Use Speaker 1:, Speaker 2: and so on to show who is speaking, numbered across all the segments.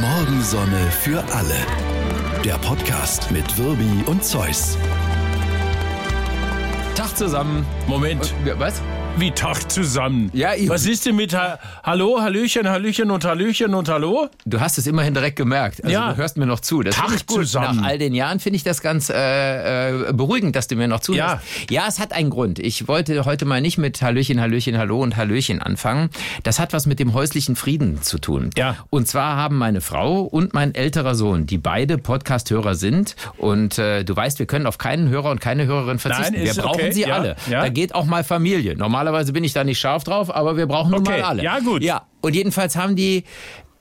Speaker 1: Morgensonne für alle. Der Podcast mit Wirbi und Zeus.
Speaker 2: Tag zusammen.
Speaker 3: Moment,
Speaker 2: Ja, Was?
Speaker 3: wie Tag zusammen.
Speaker 2: Ja, ich-
Speaker 3: Was ist denn mit ha Hallo, Hallöchen, Hallöchen und Hallöchen und Hallo?
Speaker 2: Du hast es immerhin direkt gemerkt. Also
Speaker 3: Ja.
Speaker 2: du hörst mir noch zu. Das
Speaker 3: Tag
Speaker 2: finde ich gut.
Speaker 3: zusammen.
Speaker 2: Nach all den Jahren finde ich das ganz äh, äh, beruhigend, dass du mir noch zuhörst. Ja. ja, es hat einen Grund. Ich wollte heute mal nicht mit Hallöchen, Hallöchen, Hallo und Hallöchen anfangen. Das hat was mit dem häuslichen Frieden zu tun.
Speaker 3: Ja.
Speaker 2: Und zwar haben meine Frau und mein älterer Sohn, die beide Podcast-Hörer sind. Und äh, du weißt, wir können auf keinen Hörer und keine Hörerin verzichten.
Speaker 3: Nein, ist
Speaker 2: wir brauchen
Speaker 3: okay.
Speaker 2: sie
Speaker 3: Ja,
Speaker 2: alle.
Speaker 3: ja.
Speaker 2: Da geht auch mal Familie. Normalerweise bin ich da nicht scharf drauf, aber wir brauchen nun
Speaker 3: Okay,
Speaker 2: mal alle.
Speaker 3: ja, gut.
Speaker 2: Ja, und jedenfalls haben die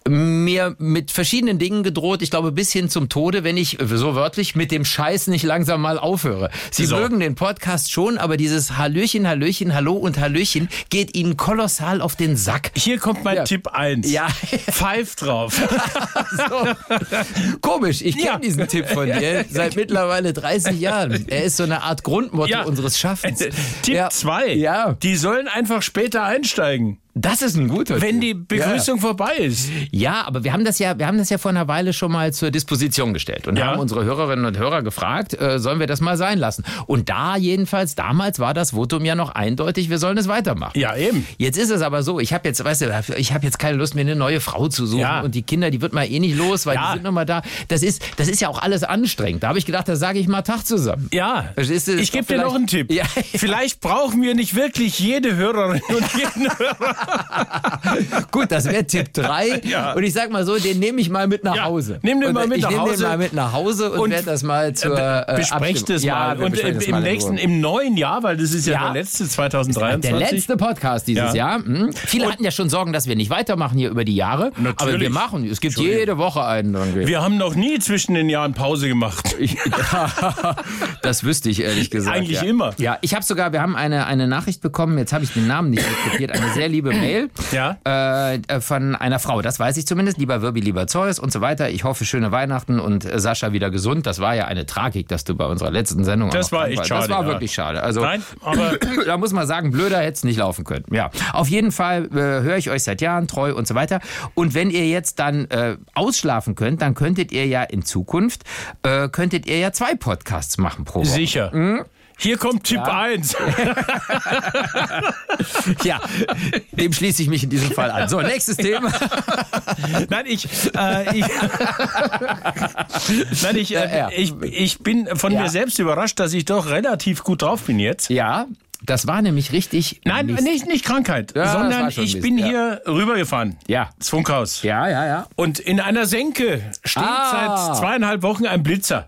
Speaker 2: mir mit verschiedenen Dingen gedroht, ich glaube bis hin zum Tode, wenn ich äh, so wörtlich mit dem Scheiß nicht langsam mal aufhöre. Sie
Speaker 3: So.
Speaker 2: mögen den Podcast schon, aber dieses Hallöchen, Hallöchen, Hallo und Hallöchen geht ihnen kolossal auf den Sack.
Speaker 3: Hier kommt mein
Speaker 2: Ja.
Speaker 3: Tipp 1.
Speaker 2: Ja.
Speaker 3: Pfeif drauf.
Speaker 2: So. Komisch, ich kenne
Speaker 3: Ja.
Speaker 2: diesen Tipp von dir seit mittlerweile 30 Jahren. Er ist so eine Art Grundmotto unseres Schaffens. Ja.
Speaker 3: Äh, Tipp 2.
Speaker 2: Ja,
Speaker 3: Die sollen einfach später einsteigen,
Speaker 2: das ist ein guter
Speaker 3: wenn
Speaker 2: Tipp.
Speaker 3: die
Speaker 2: Ja.
Speaker 3: Begrüßung vorbei ist.
Speaker 2: Ja, aber wir haben das ja, wir haben das ja vor einer Weile schon mal zur Disposition gestellt und
Speaker 3: Ja.
Speaker 2: haben unsere Hörerinnen und Hörer gefragt, äh, sollen wir das mal sein lassen? Und da jedenfalls, damals war das Votum ja noch eindeutig, wir sollen es weitermachen.
Speaker 3: Ja, eben.
Speaker 2: Jetzt ist es aber so, ich habe jetzt, weißt du, ich habe jetzt keine Lust mir eine neue Frau zu suchen
Speaker 3: Ja.
Speaker 2: und die Kinder, die wird mal eh nicht los, weil
Speaker 3: Ja.
Speaker 2: die sind noch mal da. Das ist, das ist ja auch alles anstrengend. Da habe ich gedacht, da sage ich mal Tag zusammen.
Speaker 3: Ja,
Speaker 2: Verstehst du, das
Speaker 3: ich
Speaker 2: ist doch
Speaker 3: gebe dir
Speaker 2: vielleicht-
Speaker 3: noch einen Tipp.
Speaker 2: Ja.
Speaker 3: Vielleicht brauchen wir nicht wirklich jede Hörerin und jeden Hörer.
Speaker 2: Gut, das wäre Tipp 3.
Speaker 3: Ja.
Speaker 2: Und ich sag mal so, den nehme ich mal mit nach
Speaker 3: Ja,
Speaker 2: Hause.
Speaker 3: nimm den
Speaker 2: und
Speaker 3: mal mit
Speaker 2: ich
Speaker 3: nach
Speaker 2: nehm den
Speaker 3: Hause.
Speaker 2: mal mit nach Hause und,
Speaker 3: Und,
Speaker 2: werd das mal zur äh,
Speaker 3: Besprecht
Speaker 2: Abstimmung-
Speaker 3: es
Speaker 2: Ja,
Speaker 3: mal.
Speaker 2: wir
Speaker 3: und äh, im,
Speaker 2: besprechen das mal
Speaker 3: im
Speaker 2: in
Speaker 3: nächsten,
Speaker 2: Ruhe.
Speaker 3: im neuen Jahr, weil das ist ja,
Speaker 2: Ja.
Speaker 3: der letzte
Speaker 2: der
Speaker 3: 2023.
Speaker 2: letzte Podcast dieses
Speaker 3: Ja.
Speaker 2: Jahr. Hm? Viele hatten ja schon Sorgen, dass wir nicht weitermachen hier über die Jahre. Aber wir
Speaker 3: Natürlich.
Speaker 2: machen. Es gibt jede Woche einen. irgendwie.
Speaker 3: Wir haben noch nie zwischen den Jahren Pause gemacht.
Speaker 2: Ja, das wüsste ich ehrlich gesagt.
Speaker 3: Eigentlich
Speaker 2: ja.
Speaker 3: immer.
Speaker 2: Ja, ich habe sogar, wir haben eine, eine Nachricht bekommen, jetzt habe ich den Namen nicht mitkopiert, eine sehr liebe Mail
Speaker 3: Ja.
Speaker 2: äh, äh, von einer Frau, das weiß ich zumindest, lieber Wirbi, lieber Zeus und so weiter. Ich hoffe, schöne Weihnachten und äh, Sascha wieder gesund. Das war ja eine Tragik, dass du bei unserer letzten Sendung
Speaker 3: Das
Speaker 2: auch noch
Speaker 3: war
Speaker 2: krank
Speaker 3: echt
Speaker 2: warst. Das
Speaker 3: schade,
Speaker 2: war
Speaker 3: ja.
Speaker 2: wirklich schade. Also,
Speaker 3: Nein, aber
Speaker 2: da muss man sagen, blöder hätte es nicht laufen können. Ja, auf jeden Fall äh, höre ich euch seit Jahren treu und so weiter. Und wenn ihr jetzt dann äh, ausschlafen könnt, dann könntet ihr ja in Zukunft äh, könntet ihr ja zwei Podcasts machen pro Woche.
Speaker 3: sicher.
Speaker 2: Hm?
Speaker 3: Hier kommt Tipp 1.
Speaker 2: Ja, dem schließe ich mich in diesem Fall an. So, nächstes Thema.
Speaker 3: Nein, ich, äh, ich, Nein, ich, äh,
Speaker 2: Ja, ja.
Speaker 3: ich, ich bin von
Speaker 2: Ja.
Speaker 3: mir selbst überrascht, dass ich doch relativ gut drauf bin jetzt.
Speaker 2: Ja, das war nämlich richtig.
Speaker 3: Nein,
Speaker 2: mies.
Speaker 3: nicht, nicht Krankheit,
Speaker 2: das war
Speaker 3: sondern
Speaker 2: schon
Speaker 3: ich
Speaker 2: Mist,
Speaker 3: bin
Speaker 2: ja.
Speaker 3: hier rübergefahren.
Speaker 2: Ja.
Speaker 3: Ins Funkhaus.
Speaker 2: Ja, ja, ja.
Speaker 3: Und in einer Senke steht
Speaker 2: Ah.
Speaker 3: seit zweieinhalb Wochen ein Blitzer.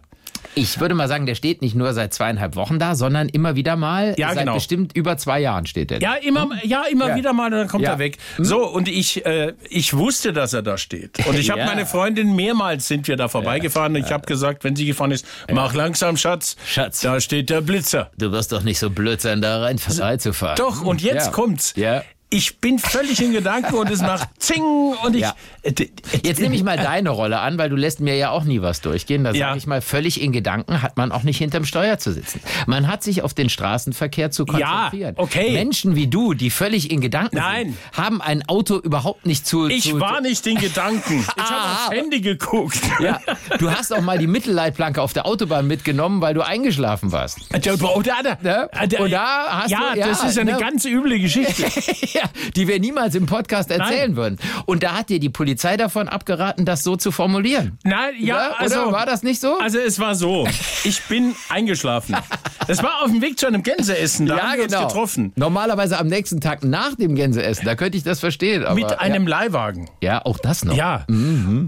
Speaker 2: Ich würde mal sagen, der steht nicht nur seit zweieinhalb Wochen da, sondern immer wieder mal.
Speaker 3: Ja,
Speaker 2: seit
Speaker 3: genau.
Speaker 2: bestimmt über zwei Jahren steht der. da.
Speaker 3: Ja, immer, ja, immer
Speaker 2: Hm? Ja.
Speaker 3: wieder mal und dann kommt
Speaker 2: Ja. Hm?
Speaker 3: er weg. So, und ich, äh, ich wusste, dass er da steht. Und ich habe
Speaker 2: Ja.
Speaker 3: meine Freundin mehrmals sind wir da vorbeigefahren. und Ich habe gesagt, wenn sie gefahren ist, mach langsam, Schatz.
Speaker 2: Schatz.
Speaker 3: Da steht der Blitzer.
Speaker 2: Du wirst doch nicht so blöd sein, da rein reinzufahren.
Speaker 3: Doch, und jetzt
Speaker 2: Hm, Ja.
Speaker 3: kommt's.
Speaker 2: Ja.
Speaker 3: Ich bin völlig in Gedanken und es macht Zing und ich.
Speaker 2: Ja.
Speaker 3: äh, d- d-
Speaker 2: Jetzt nehme ich mal deine Rolle an, weil du lässt mir ja auch nie was durchgehen. Da
Speaker 3: Ja.
Speaker 2: sage ich mal, völlig in Gedanken hat man auch nicht hinterm Steuer zu sitzen. Man hat sich auf den Straßenverkehr zu
Speaker 3: Ja,
Speaker 2: konzentrieren.
Speaker 3: okay.
Speaker 2: Menschen wie du, die völlig in Gedanken
Speaker 3: Nein.
Speaker 2: sind, haben ein Auto überhaupt nicht zu...
Speaker 3: Ich
Speaker 2: zu,
Speaker 3: war nicht in Gedanken. Ich habe
Speaker 2: Ah.
Speaker 3: aufs Handy geguckt.
Speaker 2: Ja, du hast auch mal die Mittelleitplanke auf der Autobahn mitgenommen, weil du eingeschlafen warst.
Speaker 3: Der- oh, da, da,
Speaker 2: Ne?
Speaker 3: Ah, der-
Speaker 2: Und da hast
Speaker 3: ja,
Speaker 2: du- ja,
Speaker 3: das ist eine
Speaker 2: ne?
Speaker 3: ganz üble Geschichte.
Speaker 2: ja, die wir niemals im Podcast erzählen würden. Und da hat dir die Polizei davon abgeraten, das so zu formulieren.
Speaker 3: Nein, ja,
Speaker 2: Ne? Oder?
Speaker 3: also
Speaker 2: Oder war das nicht so?
Speaker 3: Also es war so, ich bin eingeschlafen. Es war auf dem Weg zu einem Gänseessen, da haben wir
Speaker 2: genau.
Speaker 3: uns getroffen.
Speaker 2: Normalerweise am nächsten Tag nach dem Gänseessen, da könnte ich das verstehen. Aber, Mhm.
Speaker 3: Mit einem Leihwagen.
Speaker 2: ja, ja, auch das noch.
Speaker 3: Ja.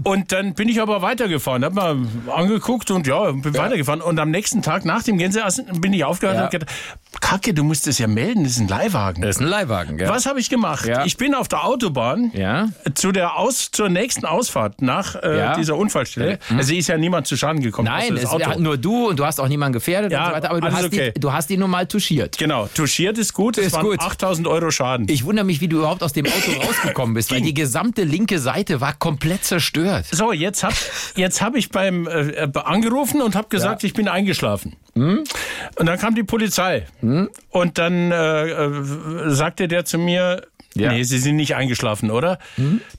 Speaker 3: Und dann bin ich aber weitergefahren, hab mal angeguckt und ja, bin weitergefahren. Und am nächsten Tag nach dem Gänseessen bin ich aufgehört
Speaker 2: Ja.
Speaker 3: und hab gedacht, Kacke, du musst es ja melden, das ist ein Leihwagen.
Speaker 2: Das ist ein Leihwagen, ja.
Speaker 3: Was habe ich gemacht?
Speaker 2: Ja.
Speaker 3: Ich bin auf der Autobahn
Speaker 2: Ja.
Speaker 3: zu der Aus, zur nächsten Ausfahrt nach äh,
Speaker 2: Ja. Mhm.
Speaker 3: dieser Unfallstelle. Also ist ja niemand zu Schaden gekommen. außer
Speaker 2: Nein,
Speaker 3: das
Speaker 2: es halt
Speaker 3: Auto.
Speaker 2: hat nur du und du hast auch niemanden gefährdet und
Speaker 3: Ja,
Speaker 2: so weiter, aber du
Speaker 3: alles
Speaker 2: hast,
Speaker 3: okay.
Speaker 2: die, du hast die nur mal touchiert.
Speaker 3: Genau, touchiert ist gut, es
Speaker 2: Ist
Speaker 3: waren
Speaker 2: gut.
Speaker 3: 8000 Euro Schaden.
Speaker 2: Ich wundere mich, wie du überhaupt aus dem Auto rausgekommen bist, weil die gesamte linke Seite war komplett zerstört.
Speaker 3: so, jetzt hab, jetzt hab ich beim äh, äh, angerufen und hab gesagt, ich bin eingeschlafen.
Speaker 2: Hm?
Speaker 3: Und dann kam die Polizei. Und dann äh, äh, sagte der zu mir,
Speaker 2: Ja. Hm?
Speaker 3: Nee, Sie sind nicht eingeschlafen, oder?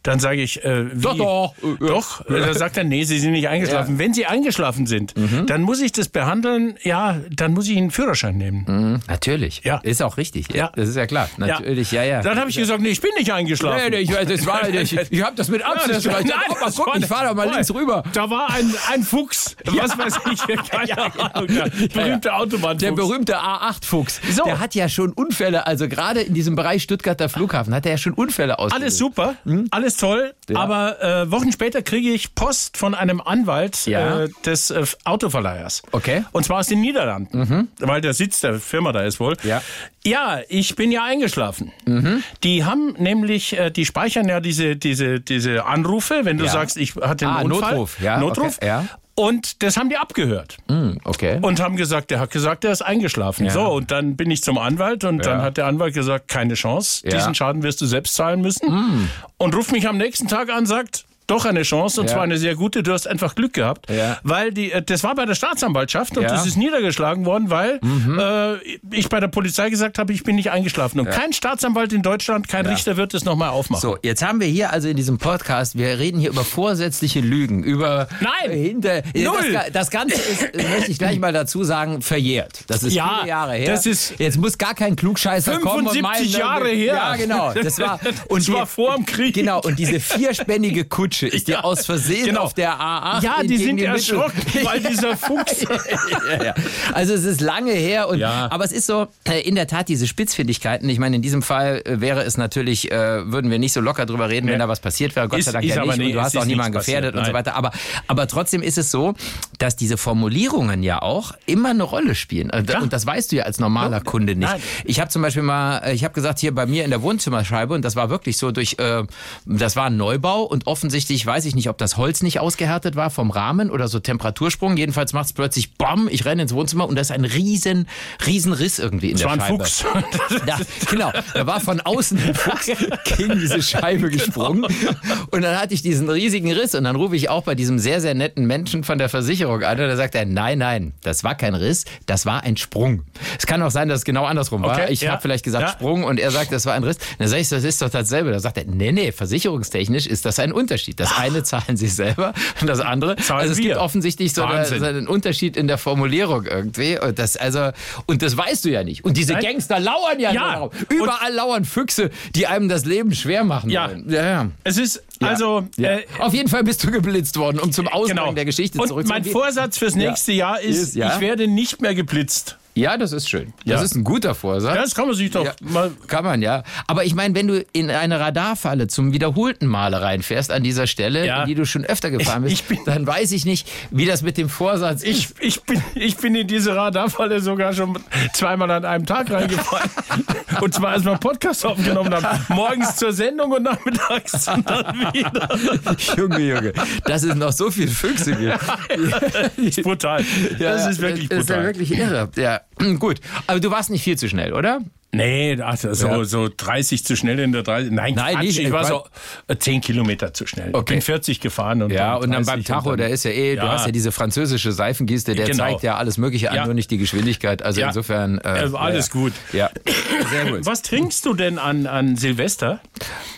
Speaker 3: Dann sage ich, äh, wie?
Speaker 2: Doch, doch. Äh, ja.
Speaker 3: Doch? Dann sagt er, nee, Sie sind nicht eingeschlafen. Wenn Sie eingeschlafen sind,
Speaker 2: Mhm.
Speaker 3: dann muss ich das behandeln, ja, dann muss ich Ihnen einen Führerschein nehmen.
Speaker 2: Mhm. Natürlich.
Speaker 3: Hm. Ja.
Speaker 2: Ist auch richtig.
Speaker 3: Ja.
Speaker 2: Das ist ja klar. Natürlich, ja, ja.
Speaker 3: Dann habe ich gesagt, nee, ich bin nicht eingeschlafen.
Speaker 2: Nee, nee, ich weiß, das war nicht. Ich habe das mit Absicht
Speaker 3: das war-
Speaker 2: gemacht. Ich dachte,
Speaker 3: nein,
Speaker 2: oh, mal
Speaker 3: das
Speaker 2: gucken,
Speaker 3: war-
Speaker 2: ich fahr doch mal
Speaker 3: Boah,
Speaker 2: links rüber. genau.
Speaker 3: Da war ein, ein Fuchs, was weiß ich, keine Ahnung. Der berühmte Autobahnfuchs.
Speaker 2: Der berühmte A8-Fuchs.
Speaker 3: So.
Speaker 2: Der hat ja schon Unfälle, also gerade in diesem Bereich Stuttgarter Flughafen hat er ja schon Unfälle ausgelöst.
Speaker 3: Alles super,
Speaker 2: Hm?
Speaker 3: alles toll, aber äh, Wochen später kriege ich Post von einem Anwalt
Speaker 2: Ja.
Speaker 3: äh, des äh, Autoverleihers.
Speaker 2: Okay. Mhm.
Speaker 3: Und zwar aus den Niederlanden, weil der Sitz der Firma da ist wohl.
Speaker 2: Ja. Mhm.
Speaker 3: Ja, ich bin ja eingeschlafen. Die haben nämlich, äh, die speichern ja diese, diese, diese Anrufe, wenn du
Speaker 2: Ja.
Speaker 3: sagst, ich hatte einen
Speaker 2: Ah,
Speaker 3: Unfall.
Speaker 2: Notruf, ja,
Speaker 3: Notruf.
Speaker 2: okay, ja.
Speaker 3: Und das haben die abgehört
Speaker 2: Hm, Okay.
Speaker 3: und haben gesagt, der hat gesagt, er ist eingeschlafen. So, und dann bin ich zum Anwalt und dann hat der Anwalt gesagt, keine Chance,
Speaker 2: Ja. Mm.
Speaker 3: diesen Schaden wirst du selbst zahlen müssen. Und ruft mich am nächsten Tag an, sagt, doch eine Chance und
Speaker 2: Ja.
Speaker 3: zwar eine sehr gute. Du hast einfach Glück gehabt,
Speaker 2: Ja.
Speaker 3: weil die, äh, das war bei der Staatsanwaltschaft und
Speaker 2: Ja. Mhm.
Speaker 3: das ist niedergeschlagen worden, weil äh, ich bei der Polizei gesagt habe, ich bin nicht eingeschlafen. Und kein Staatsanwalt in Deutschland, kein Richter wird es nochmal aufmachen.
Speaker 2: So, jetzt haben wir hier also in diesem Podcast, wir reden hier über vorsätzliche Lügen, über
Speaker 3: Nein!
Speaker 2: hinter äh,
Speaker 3: Null!
Speaker 2: Das, Ga- das Ganze ist, äh, möchte ich gleich mal dazu sagen, verjährt. Das ist
Speaker 3: Ja,
Speaker 2: viele Jahre her.
Speaker 3: das ist-
Speaker 2: jetzt muss gar kein Klugscheißer kommen und
Speaker 3: 75
Speaker 2: meinen, äh,
Speaker 3: Jahre her.
Speaker 2: Ja, genau. Das war und
Speaker 3: Das war
Speaker 2: die-
Speaker 3: vor dem Krieg.
Speaker 2: Genau. Und diese vierspännige Kutsche ist dir
Speaker 3: Ja,
Speaker 2: aus Versehen
Speaker 3: genau.
Speaker 2: auf der A8.
Speaker 3: ja, die
Speaker 2: in- gegen
Speaker 3: sind
Speaker 2: den
Speaker 3: erschrocken,
Speaker 2: Mittel-
Speaker 3: weil dieser Fuchs.
Speaker 2: ja, ja. Also es ist lange her und
Speaker 3: Ja.
Speaker 2: aber es ist so äh, in der Tat diese Spitzfindigkeiten. Ich meine, in diesem Fall äh, wäre es natürlich, äh, würden wir nicht so locker drüber reden, wenn da was passiert wäre. Gott
Speaker 3: Ist-
Speaker 2: sei Dank
Speaker 3: ist
Speaker 2: ja
Speaker 3: aber
Speaker 2: nicht.
Speaker 3: nicht-
Speaker 2: und du
Speaker 3: es
Speaker 2: hast
Speaker 3: ist
Speaker 2: auch niemanden
Speaker 3: nichts
Speaker 2: gefährdet
Speaker 3: passiert,
Speaker 2: und so
Speaker 3: nein.
Speaker 2: weiter. Aber, aber trotzdem ist es so, dass diese Formulierungen ja auch immer eine Rolle spielen. Äh, Und das weißt du ja als normaler Kunde nicht.
Speaker 3: nein.
Speaker 2: Ich habe zum Beispiel mal, äh, ich habe gesagt, hier bei mir in der Wohnzimmerscheibe, und das war wirklich so durch, äh, das war ein Neubau und offensichtlich weiß ich nicht, ob das Holz nicht ausgehärtet war vom Rahmen oder so Temperatursprung. Jedenfalls macht es plötzlich BAM, ich renne ins Wohnzimmer und da ist ein riesen, riesen Riss irgendwie in
Speaker 3: Das
Speaker 2: der
Speaker 3: war ein
Speaker 2: Scheibe.
Speaker 3: Fuchs.
Speaker 2: Ja, genau. Da war von außen ein Fuchs gegen diese Scheibe
Speaker 3: Genau.
Speaker 2: gesprungen. Und dann hatte ich diesen riesigen Riss. Und dann rufe ich auch bei diesem sehr, sehr netten Menschen von der Versicherung an. Und da sagt er, nein, nein, das war kein Riss, das war ein Sprung. Es kann auch sein, dass es genau andersrum war.
Speaker 3: Okay,
Speaker 2: Ich
Speaker 3: ja,
Speaker 2: habe vielleicht gesagt
Speaker 3: ja.
Speaker 2: Sprung und er sagt, das war ein Riss. Dann sage ich, das ist doch dasselbe. Da sagt er, nee, nee, versicherungstechnisch ist das ein Unterschied. Das eine zahlen sie selber und das andere.
Speaker 3: Ah. Zahlen
Speaker 2: also es gibt
Speaker 3: wir.
Speaker 2: offensichtlich so, eine, so
Speaker 3: Wahnsinn.
Speaker 2: einen Unterschied in der Formulierung irgendwie. Und das, also, und das weißt du ja nicht. Und diese
Speaker 3: Nein.
Speaker 2: Gangster lauern ja
Speaker 3: Ja.
Speaker 2: Genau. Überall lauern Füchse, die einem das Leben schwer machen
Speaker 3: Ja.
Speaker 2: wollen. Ja, ja.
Speaker 3: Es ist, also,
Speaker 2: Ja.
Speaker 3: Äh,
Speaker 2: Auf jeden Fall bist du geblitzt worden, um zum Ausgang
Speaker 3: genau.
Speaker 2: der Geschichte
Speaker 3: Und
Speaker 2: zurückzukommen.
Speaker 3: mein Vorsatz fürs nächste Jahr ist,
Speaker 2: Ist, ja.
Speaker 3: ich werde nicht mehr geblitzt.
Speaker 2: ja, das ist schön. Das
Speaker 3: Ja.
Speaker 2: ist ein guter Vorsatz.
Speaker 3: Das kann man sich doch
Speaker 2: Ja.
Speaker 3: mal.
Speaker 2: Kann man, ja. Aber ich meine, wenn du in eine Radarfalle zum wiederholten Male reinfährst an dieser Stelle,
Speaker 3: Ja.
Speaker 2: in die du schon öfter gefahren bist,
Speaker 3: Ich bin-
Speaker 2: dann weiß ich nicht, wie das mit dem Vorsatz ist.
Speaker 3: Ich, ich, bin, ich bin in diese Radarfalle sogar schon zweimal an einem Tag reingefallen. und zwar als wir einen Podcast aufgenommen haben. Morgens zur Sendung und nachmittags und dann wieder.
Speaker 2: Junge, Junge, dass es noch so viele Füchse gibt.
Speaker 3: Das ist brutal. das
Speaker 2: Ja,
Speaker 3: ist wirklich
Speaker 2: Das ist ja
Speaker 3: brutal.
Speaker 2: wirklich irre. Ja, gut. Aber du warst nicht viel zu schnell, oder?
Speaker 3: nee, ach, so,
Speaker 2: Ja.
Speaker 3: so 30 zu schnell in der 30. Nein,
Speaker 2: Nein,
Speaker 3: Quatsch,
Speaker 2: nicht,
Speaker 3: ich war
Speaker 2: ich
Speaker 3: so 10 Kilometer zu schnell.
Speaker 2: Okay.
Speaker 3: Ich bin 40 gefahren. Und
Speaker 2: Ja, und dann
Speaker 3: 30
Speaker 2: beim Tacho, der ist ja eh, du
Speaker 3: Ja.
Speaker 2: hast ja diese französische Seifengieße, der
Speaker 3: Genau.
Speaker 2: zeigt ja alles Mögliche an,
Speaker 3: Ja.
Speaker 2: nur nicht die Geschwindigkeit. Also
Speaker 3: Ja.
Speaker 2: insofern. Äh,
Speaker 3: Äh, alles
Speaker 2: ja, ja.
Speaker 3: gut.
Speaker 2: Ja, sehr gut.
Speaker 3: Was trinkst du denn an, an Silvester?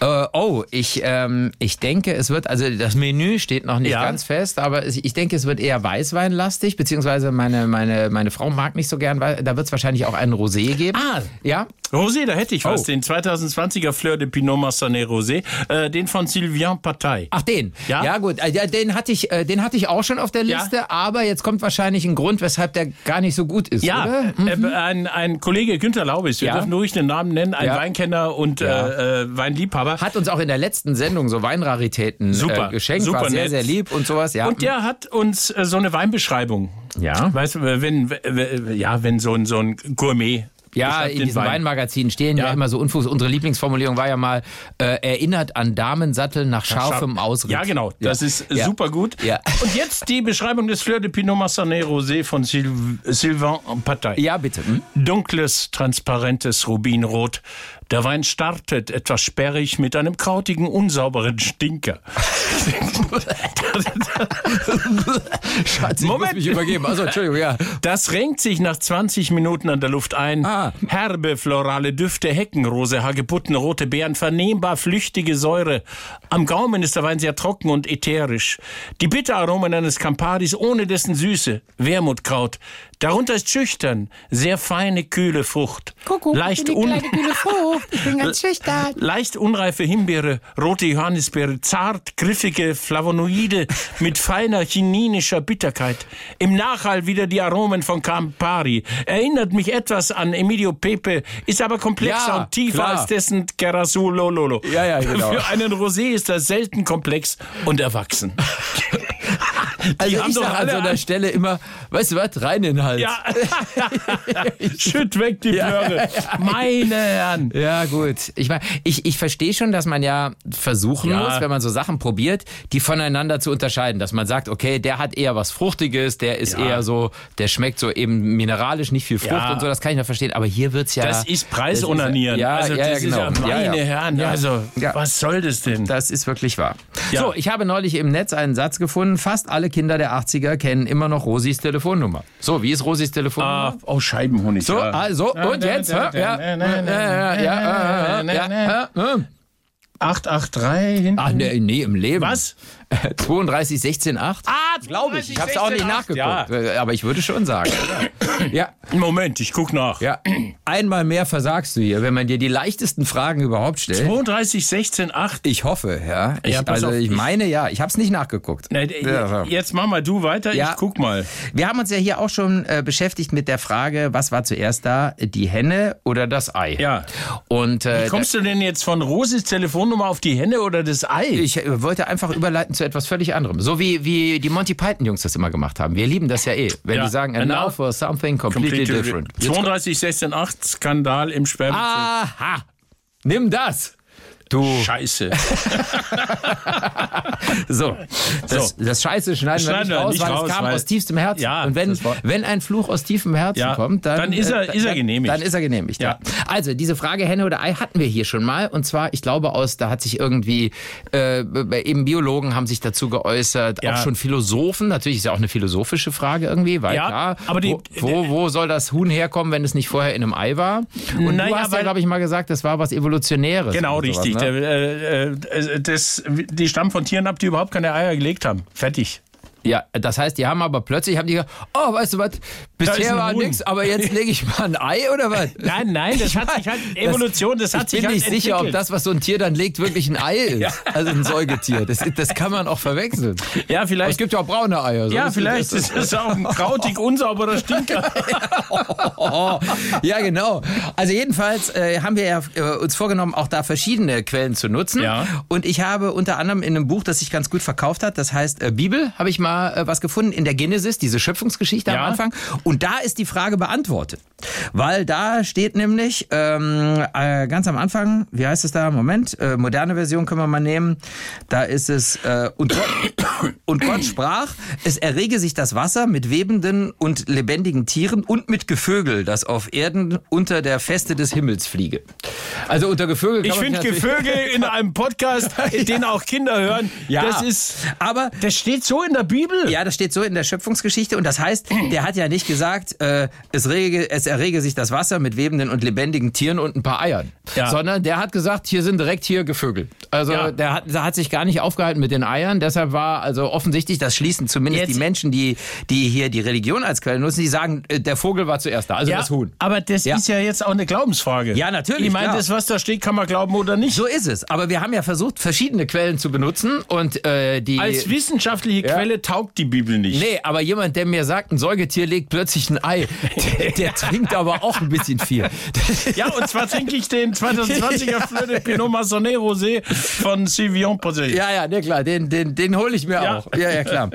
Speaker 2: Äh, oh, ich, ähm, ich denke, es wird, also das Menü steht noch nicht
Speaker 3: Ja.
Speaker 2: ganz fest, aber es- ich denke, es wird eher weißweinlastig, beziehungsweise meine, meine, meine Frau mag nicht so gern, weil da wird es wahrscheinlich auch einen Rosé geben.
Speaker 3: Ah.
Speaker 2: Ja,
Speaker 3: Rosé, da hätte ich was.
Speaker 2: Oh.
Speaker 3: Den 2020er Fleur de Pinot Massanet Rosé. Äh, den von Sylvain Partei.
Speaker 2: Ach, den.
Speaker 3: Ja.
Speaker 2: ja gut. Äh, ja, Den hatte ich, äh, den hatte ich auch schon auf der
Speaker 3: Ja.
Speaker 2: Liste, aber jetzt kommt wahrscheinlich ein Grund, weshalb der gar nicht so gut ist,
Speaker 3: Ja,
Speaker 2: oder? Mhm.
Speaker 3: äh, ein, ein Kollege Günther Laubis, wir
Speaker 2: Ja.
Speaker 3: dürfen ruhig den Namen nennen, ein
Speaker 2: Ja.
Speaker 3: Weinkenner und
Speaker 2: Ja.
Speaker 3: äh, äh, Weinliebhaber.
Speaker 2: Hat uns auch in der letzten Sendung so Weinraritäten
Speaker 3: Super.
Speaker 2: äh, geschenkt,
Speaker 3: Super
Speaker 2: war sehr,
Speaker 3: nett.
Speaker 2: sehr lieb und sowas, ja.
Speaker 3: Und der hat uns äh, so eine Weinbeschreibung.
Speaker 2: Ja.
Speaker 3: Weißt du, wenn, wenn- ja, wenn so ein, so ein Gourmet.
Speaker 2: ja,
Speaker 3: beschreibt
Speaker 2: in
Speaker 3: den
Speaker 2: diesen Weinmagazinen stehen ja.
Speaker 3: Ja.
Speaker 2: immer so Unfuß. Unsere Lieblingsformulierung war ja mal, äh, erinnert an Damensattel nach scharfem Ausritt.
Speaker 3: Ja, genau. Das
Speaker 2: Ja.
Speaker 3: ist
Speaker 2: Ja.
Speaker 3: super gut.
Speaker 2: Ja.
Speaker 3: Und jetzt die Beschreibung des Fleur de Pinot Massanet Rosé von Syl- Sylvain Partei.
Speaker 2: Ja, bitte. Hm?
Speaker 3: Dunkles, transparentes Rubinrot. Der Wein startet etwas sperrig mit einem krautigen, unsauberen Stinker.
Speaker 2: Schatz, ich
Speaker 3: Moment.
Speaker 2: muss mich übergeben. Also, Entschuldigung, ja.
Speaker 3: Das renkt sich nach 20 Minuten an der Luft ein.
Speaker 2: Ah.
Speaker 3: Herbe, florale Düfte, Heckenrose, Hagebutten, rote Beeren, vernehmbar flüchtige Säure. Am Gaumen ist der Wein sehr trocken und ätherisch. Die Bitteraromen eines Camparis ohne dessen Süße, Wermutkraut. Darunter ist schüchtern, sehr feine, kühle Frucht.
Speaker 4: Kuckuck,
Speaker 3: leicht,
Speaker 4: ich bin die
Speaker 3: un
Speaker 4: kleine grüne Frucht. Ich bin ganz schüchtern.
Speaker 3: leicht unreife Himbeere, rote Johannisbeere, zart, griffige Flavonoide mit feiner chininischer Bitterkeit. Im Nachhall wieder die Aromen von Campari. Erinnert mich etwas an Emilio Pepe, ist aber komplexer
Speaker 2: Ja,
Speaker 3: und tiefer
Speaker 2: klar.
Speaker 3: als dessen Carasulololo.
Speaker 2: Ja, ja, genau.
Speaker 3: Für einen Rosé ist das selten komplex und erwachsen.
Speaker 2: Also,
Speaker 3: haben
Speaker 2: ich
Speaker 3: doch
Speaker 2: sage an
Speaker 3: alle
Speaker 2: so einer
Speaker 3: an-
Speaker 2: Stelle immer, weißt du was, rein in den Hals.
Speaker 3: Ja. Schütt weg die Plörre. Meine Herren.
Speaker 2: Ja, gut. Ich, mein, ich, ich verstehe schon, dass man ja versuchen
Speaker 3: Ja.
Speaker 2: muss, wenn man so Sachen probiert, die voneinander zu unterscheiden. Dass man sagt, okay, der hat eher was Fruchtiges, der ist
Speaker 3: Ja.
Speaker 2: eher so, der schmeckt so eben mineralisch, nicht viel Frucht
Speaker 3: Ja.
Speaker 2: und so, das kann ich noch verstehen. Aber hier wird's ja.
Speaker 3: Das ist
Speaker 2: das
Speaker 3: Preisunanieren.
Speaker 2: ist- Ja,
Speaker 3: also,
Speaker 2: ja,
Speaker 3: das
Speaker 2: ja, genau.
Speaker 3: ist ja, meine
Speaker 2: ja, ja.
Speaker 3: Herren, also,
Speaker 2: Ja.
Speaker 3: was soll das denn?
Speaker 2: Das ist wirklich wahr.
Speaker 3: Ja.
Speaker 2: So, ich habe neulich im Netz einen Satz gefunden. Fast alle Kinder der 80er kennen immer noch Rosis Telefonnummer. So, wie ist Rosis Telefonnummer?
Speaker 3: Ah, oh, Scheibenhonig.
Speaker 2: So,
Speaker 3: ja.
Speaker 2: also, und jetzt? hä? Ja, ja, ja, ja, ja, ja, Hm. ja.
Speaker 3: 883 hinten.
Speaker 2: Ach, Ah, nee, nee, im Leben.
Speaker 3: Ah, Mhm. Was?
Speaker 2: 32, 16, 8?
Speaker 3: Ah,
Speaker 2: Glaube ich. Ich habe es auch nicht nachgeguckt.
Speaker 3: Ja.
Speaker 2: Äh, Aber ich würde schon sagen. ja,
Speaker 3: Moment, ich guck nach.
Speaker 2: ja. Einmal mehr versagst du hier, wenn man dir die leichtesten Fragen überhaupt stellt.
Speaker 3: 32, 16, 8.
Speaker 2: Ich hoffe, ja. Ich,
Speaker 3: Ja, pass
Speaker 2: also
Speaker 3: auf,
Speaker 2: ich
Speaker 3: ich-
Speaker 2: meine ja, ich habe es nicht nachgeguckt.
Speaker 3: Nein, äh,
Speaker 2: Ja, ja.
Speaker 3: Jetzt mach mal du weiter,
Speaker 2: Ja.
Speaker 3: ich guck mal.
Speaker 2: Wir haben uns ja hier auch schon äh, beschäftigt mit der Frage, was war zuerst da, die Henne oder das Ei?
Speaker 3: Ja.
Speaker 2: Und äh,
Speaker 3: Kommst du denn jetzt von Rosis Telefonnummer auf die Henne oder das Ei?
Speaker 2: Ich äh, wollte einfach überleiten zu etwas völlig anderem. So wie, wie die Monty Python-Jungs das immer gemacht haben. Wir lieben das ja eh. Wenn
Speaker 3: Ja.
Speaker 2: die sagen, and
Speaker 3: And
Speaker 2: now
Speaker 3: now
Speaker 2: for something completely, different. Ah. Jetzt-
Speaker 3: 32, 16, 8, Skandal im Sperm.
Speaker 2: Aha! Nimm das! Du,
Speaker 3: Oh. Scheiße.
Speaker 2: so. Das,
Speaker 3: So.
Speaker 2: das Scheiße schneiden wir
Speaker 3: Schneiden
Speaker 2: nicht
Speaker 3: wir
Speaker 2: raus,
Speaker 3: nicht
Speaker 2: weil
Speaker 3: raus,
Speaker 2: es kam
Speaker 3: weil-
Speaker 2: aus tiefstem Herzen.
Speaker 3: Ja,
Speaker 2: Und wenn,
Speaker 3: das war-
Speaker 2: wenn ein Fluch aus tiefem Herzen
Speaker 3: Ja,
Speaker 2: kommt, dann,
Speaker 3: dann ist er-
Speaker 2: äh,
Speaker 3: ist er
Speaker 2: dann-
Speaker 3: genehmigt.
Speaker 2: Dann ist er genehmigt, ja.
Speaker 3: Ja.
Speaker 2: Also, diese Frage Henne oder Ei hatten wir hier schon mal. Und zwar, ich glaube, aus, da hat sich irgendwie, äh, eben Biologen haben sich dazu geäußert,
Speaker 3: Ja.
Speaker 2: auch schon Philosophen. Natürlich ist ja auch eine philosophische Frage irgendwie, weil
Speaker 3: Ja,
Speaker 2: klar,
Speaker 3: aber die-
Speaker 2: wo, wo, wo soll das Huhn herkommen, wenn es nicht vorher in einem Ei war? Und
Speaker 3: Naja,
Speaker 2: du hast ja,
Speaker 3: weil-
Speaker 2: glaube ich, mal gesagt, das war was Evolutionäres.
Speaker 3: Genau,
Speaker 2: oder sowas,
Speaker 3: richtig.
Speaker 2: ne?
Speaker 3: Der, äh, äh, das, die stammen von Tieren ab, die überhaupt keine Eier gelegt haben. Fertig.
Speaker 2: Ja, das heißt, die haben aber plötzlich, haben die gesagt, oh, weißt du was,
Speaker 3: ist
Speaker 2: bisher
Speaker 3: ein
Speaker 2: war
Speaker 3: Huhn.
Speaker 2: nix, aber jetzt lege ich mal ein Ei oder was?
Speaker 3: Nein, nein, das hat sich halt, Evolution, das hat
Speaker 2: ich
Speaker 3: sich
Speaker 2: bin
Speaker 3: halt
Speaker 2: nicht sicher, ob
Speaker 3: entwickelt.
Speaker 2: das, was so ein Tier dann legt, wirklich ein Ei ist. Also ein Säugetier. Das, das kann man auch verwechseln.
Speaker 3: Ja,
Speaker 2: Aber es
Speaker 3: vielleicht.
Speaker 2: gibt ja auch braune Eier. so
Speaker 3: Ja,
Speaker 2: ist-
Speaker 3: vielleicht ist es auch ein krautig unsauberer Stinker.
Speaker 2: Oh, ja, genau. Also jedenfalls äh, haben wir ja äh, uns vorgenommen, auch da verschiedene Quellen zu nutzen.
Speaker 3: Ja.
Speaker 2: Und ich habe unter anderem in einem Buch, das sich ganz gut verkauft hat, das heißt äh, Bibel, habe ich mal äh, was gefunden in der Genesis, diese Schöpfungsgeschichte
Speaker 3: Ja.
Speaker 2: am Anfang. Und da ist die Frage beantwortet. Weil da steht nämlich ähm, äh, ganz am Anfang, wie heißt es da? Moment, äh, moderne Version können wir mal nehmen. Da ist es, äh, und, Gott, und Gott sprach, es errege sich das Wasser mit webenden und lebendigen Tieren und mit Gevögel, das auf Erden unter der Feste des Himmels fliege. Also unter Gevögel kann
Speaker 3: Ich
Speaker 2: man
Speaker 3: finde
Speaker 2: natürlich-
Speaker 3: Gevögel in einem Podcast, den auch Kinder hören,
Speaker 2: Ja,
Speaker 3: das ist.
Speaker 2: aber
Speaker 3: Das steht so in der Bibel.
Speaker 2: Ja, das steht so in der Schöpfungsgeschichte und das heißt, der hat ja nicht gesagt, äh, es, rege, es errege sich das Wasser mit webenden und lebendigen Tieren und ein paar Eiern,
Speaker 3: Ja.
Speaker 2: sondern der hat gesagt, hier sind direkt hier Gevögel. Also
Speaker 3: Ja.
Speaker 2: der, hat, der hat sich gar nicht aufgehalten mit den Eiern, deshalb war also offensichtlich, das schließen zumindest
Speaker 3: Jetzt-
Speaker 2: die Menschen, die, die hier die Religion als Quelle nutzen, die sagen, äh, der Vogel war zuerst da, also
Speaker 3: Ja,
Speaker 2: das Huhn.
Speaker 3: aber das
Speaker 2: Ja.
Speaker 3: ist ja jetzt auch eine Glaubensfrage.
Speaker 2: Ja, natürlich,
Speaker 3: Ich meine,
Speaker 2: klar.
Speaker 3: das, was da steht, kann man glauben oder nicht.
Speaker 2: So ist es, aber wir haben ja versucht, verschiedene Quellen zu benutzen und äh, die...
Speaker 3: Als wissenschaftliche Quelle taugt die Bibel nicht.
Speaker 2: Nee, aber jemand, der mir sagt, ein Säugetier legt plötzlich ein Ei, der, der trinkt aber auch ein bisschen viel.
Speaker 3: Ja, und zwar trinke ich den 2020er Fleur de Pinot Maçonnet Rosé von Sylvion Posé.
Speaker 2: Ja, ja, ne, klar, den, den, den hole ich mir
Speaker 3: Ja.
Speaker 2: auch. Ja, ja, klar.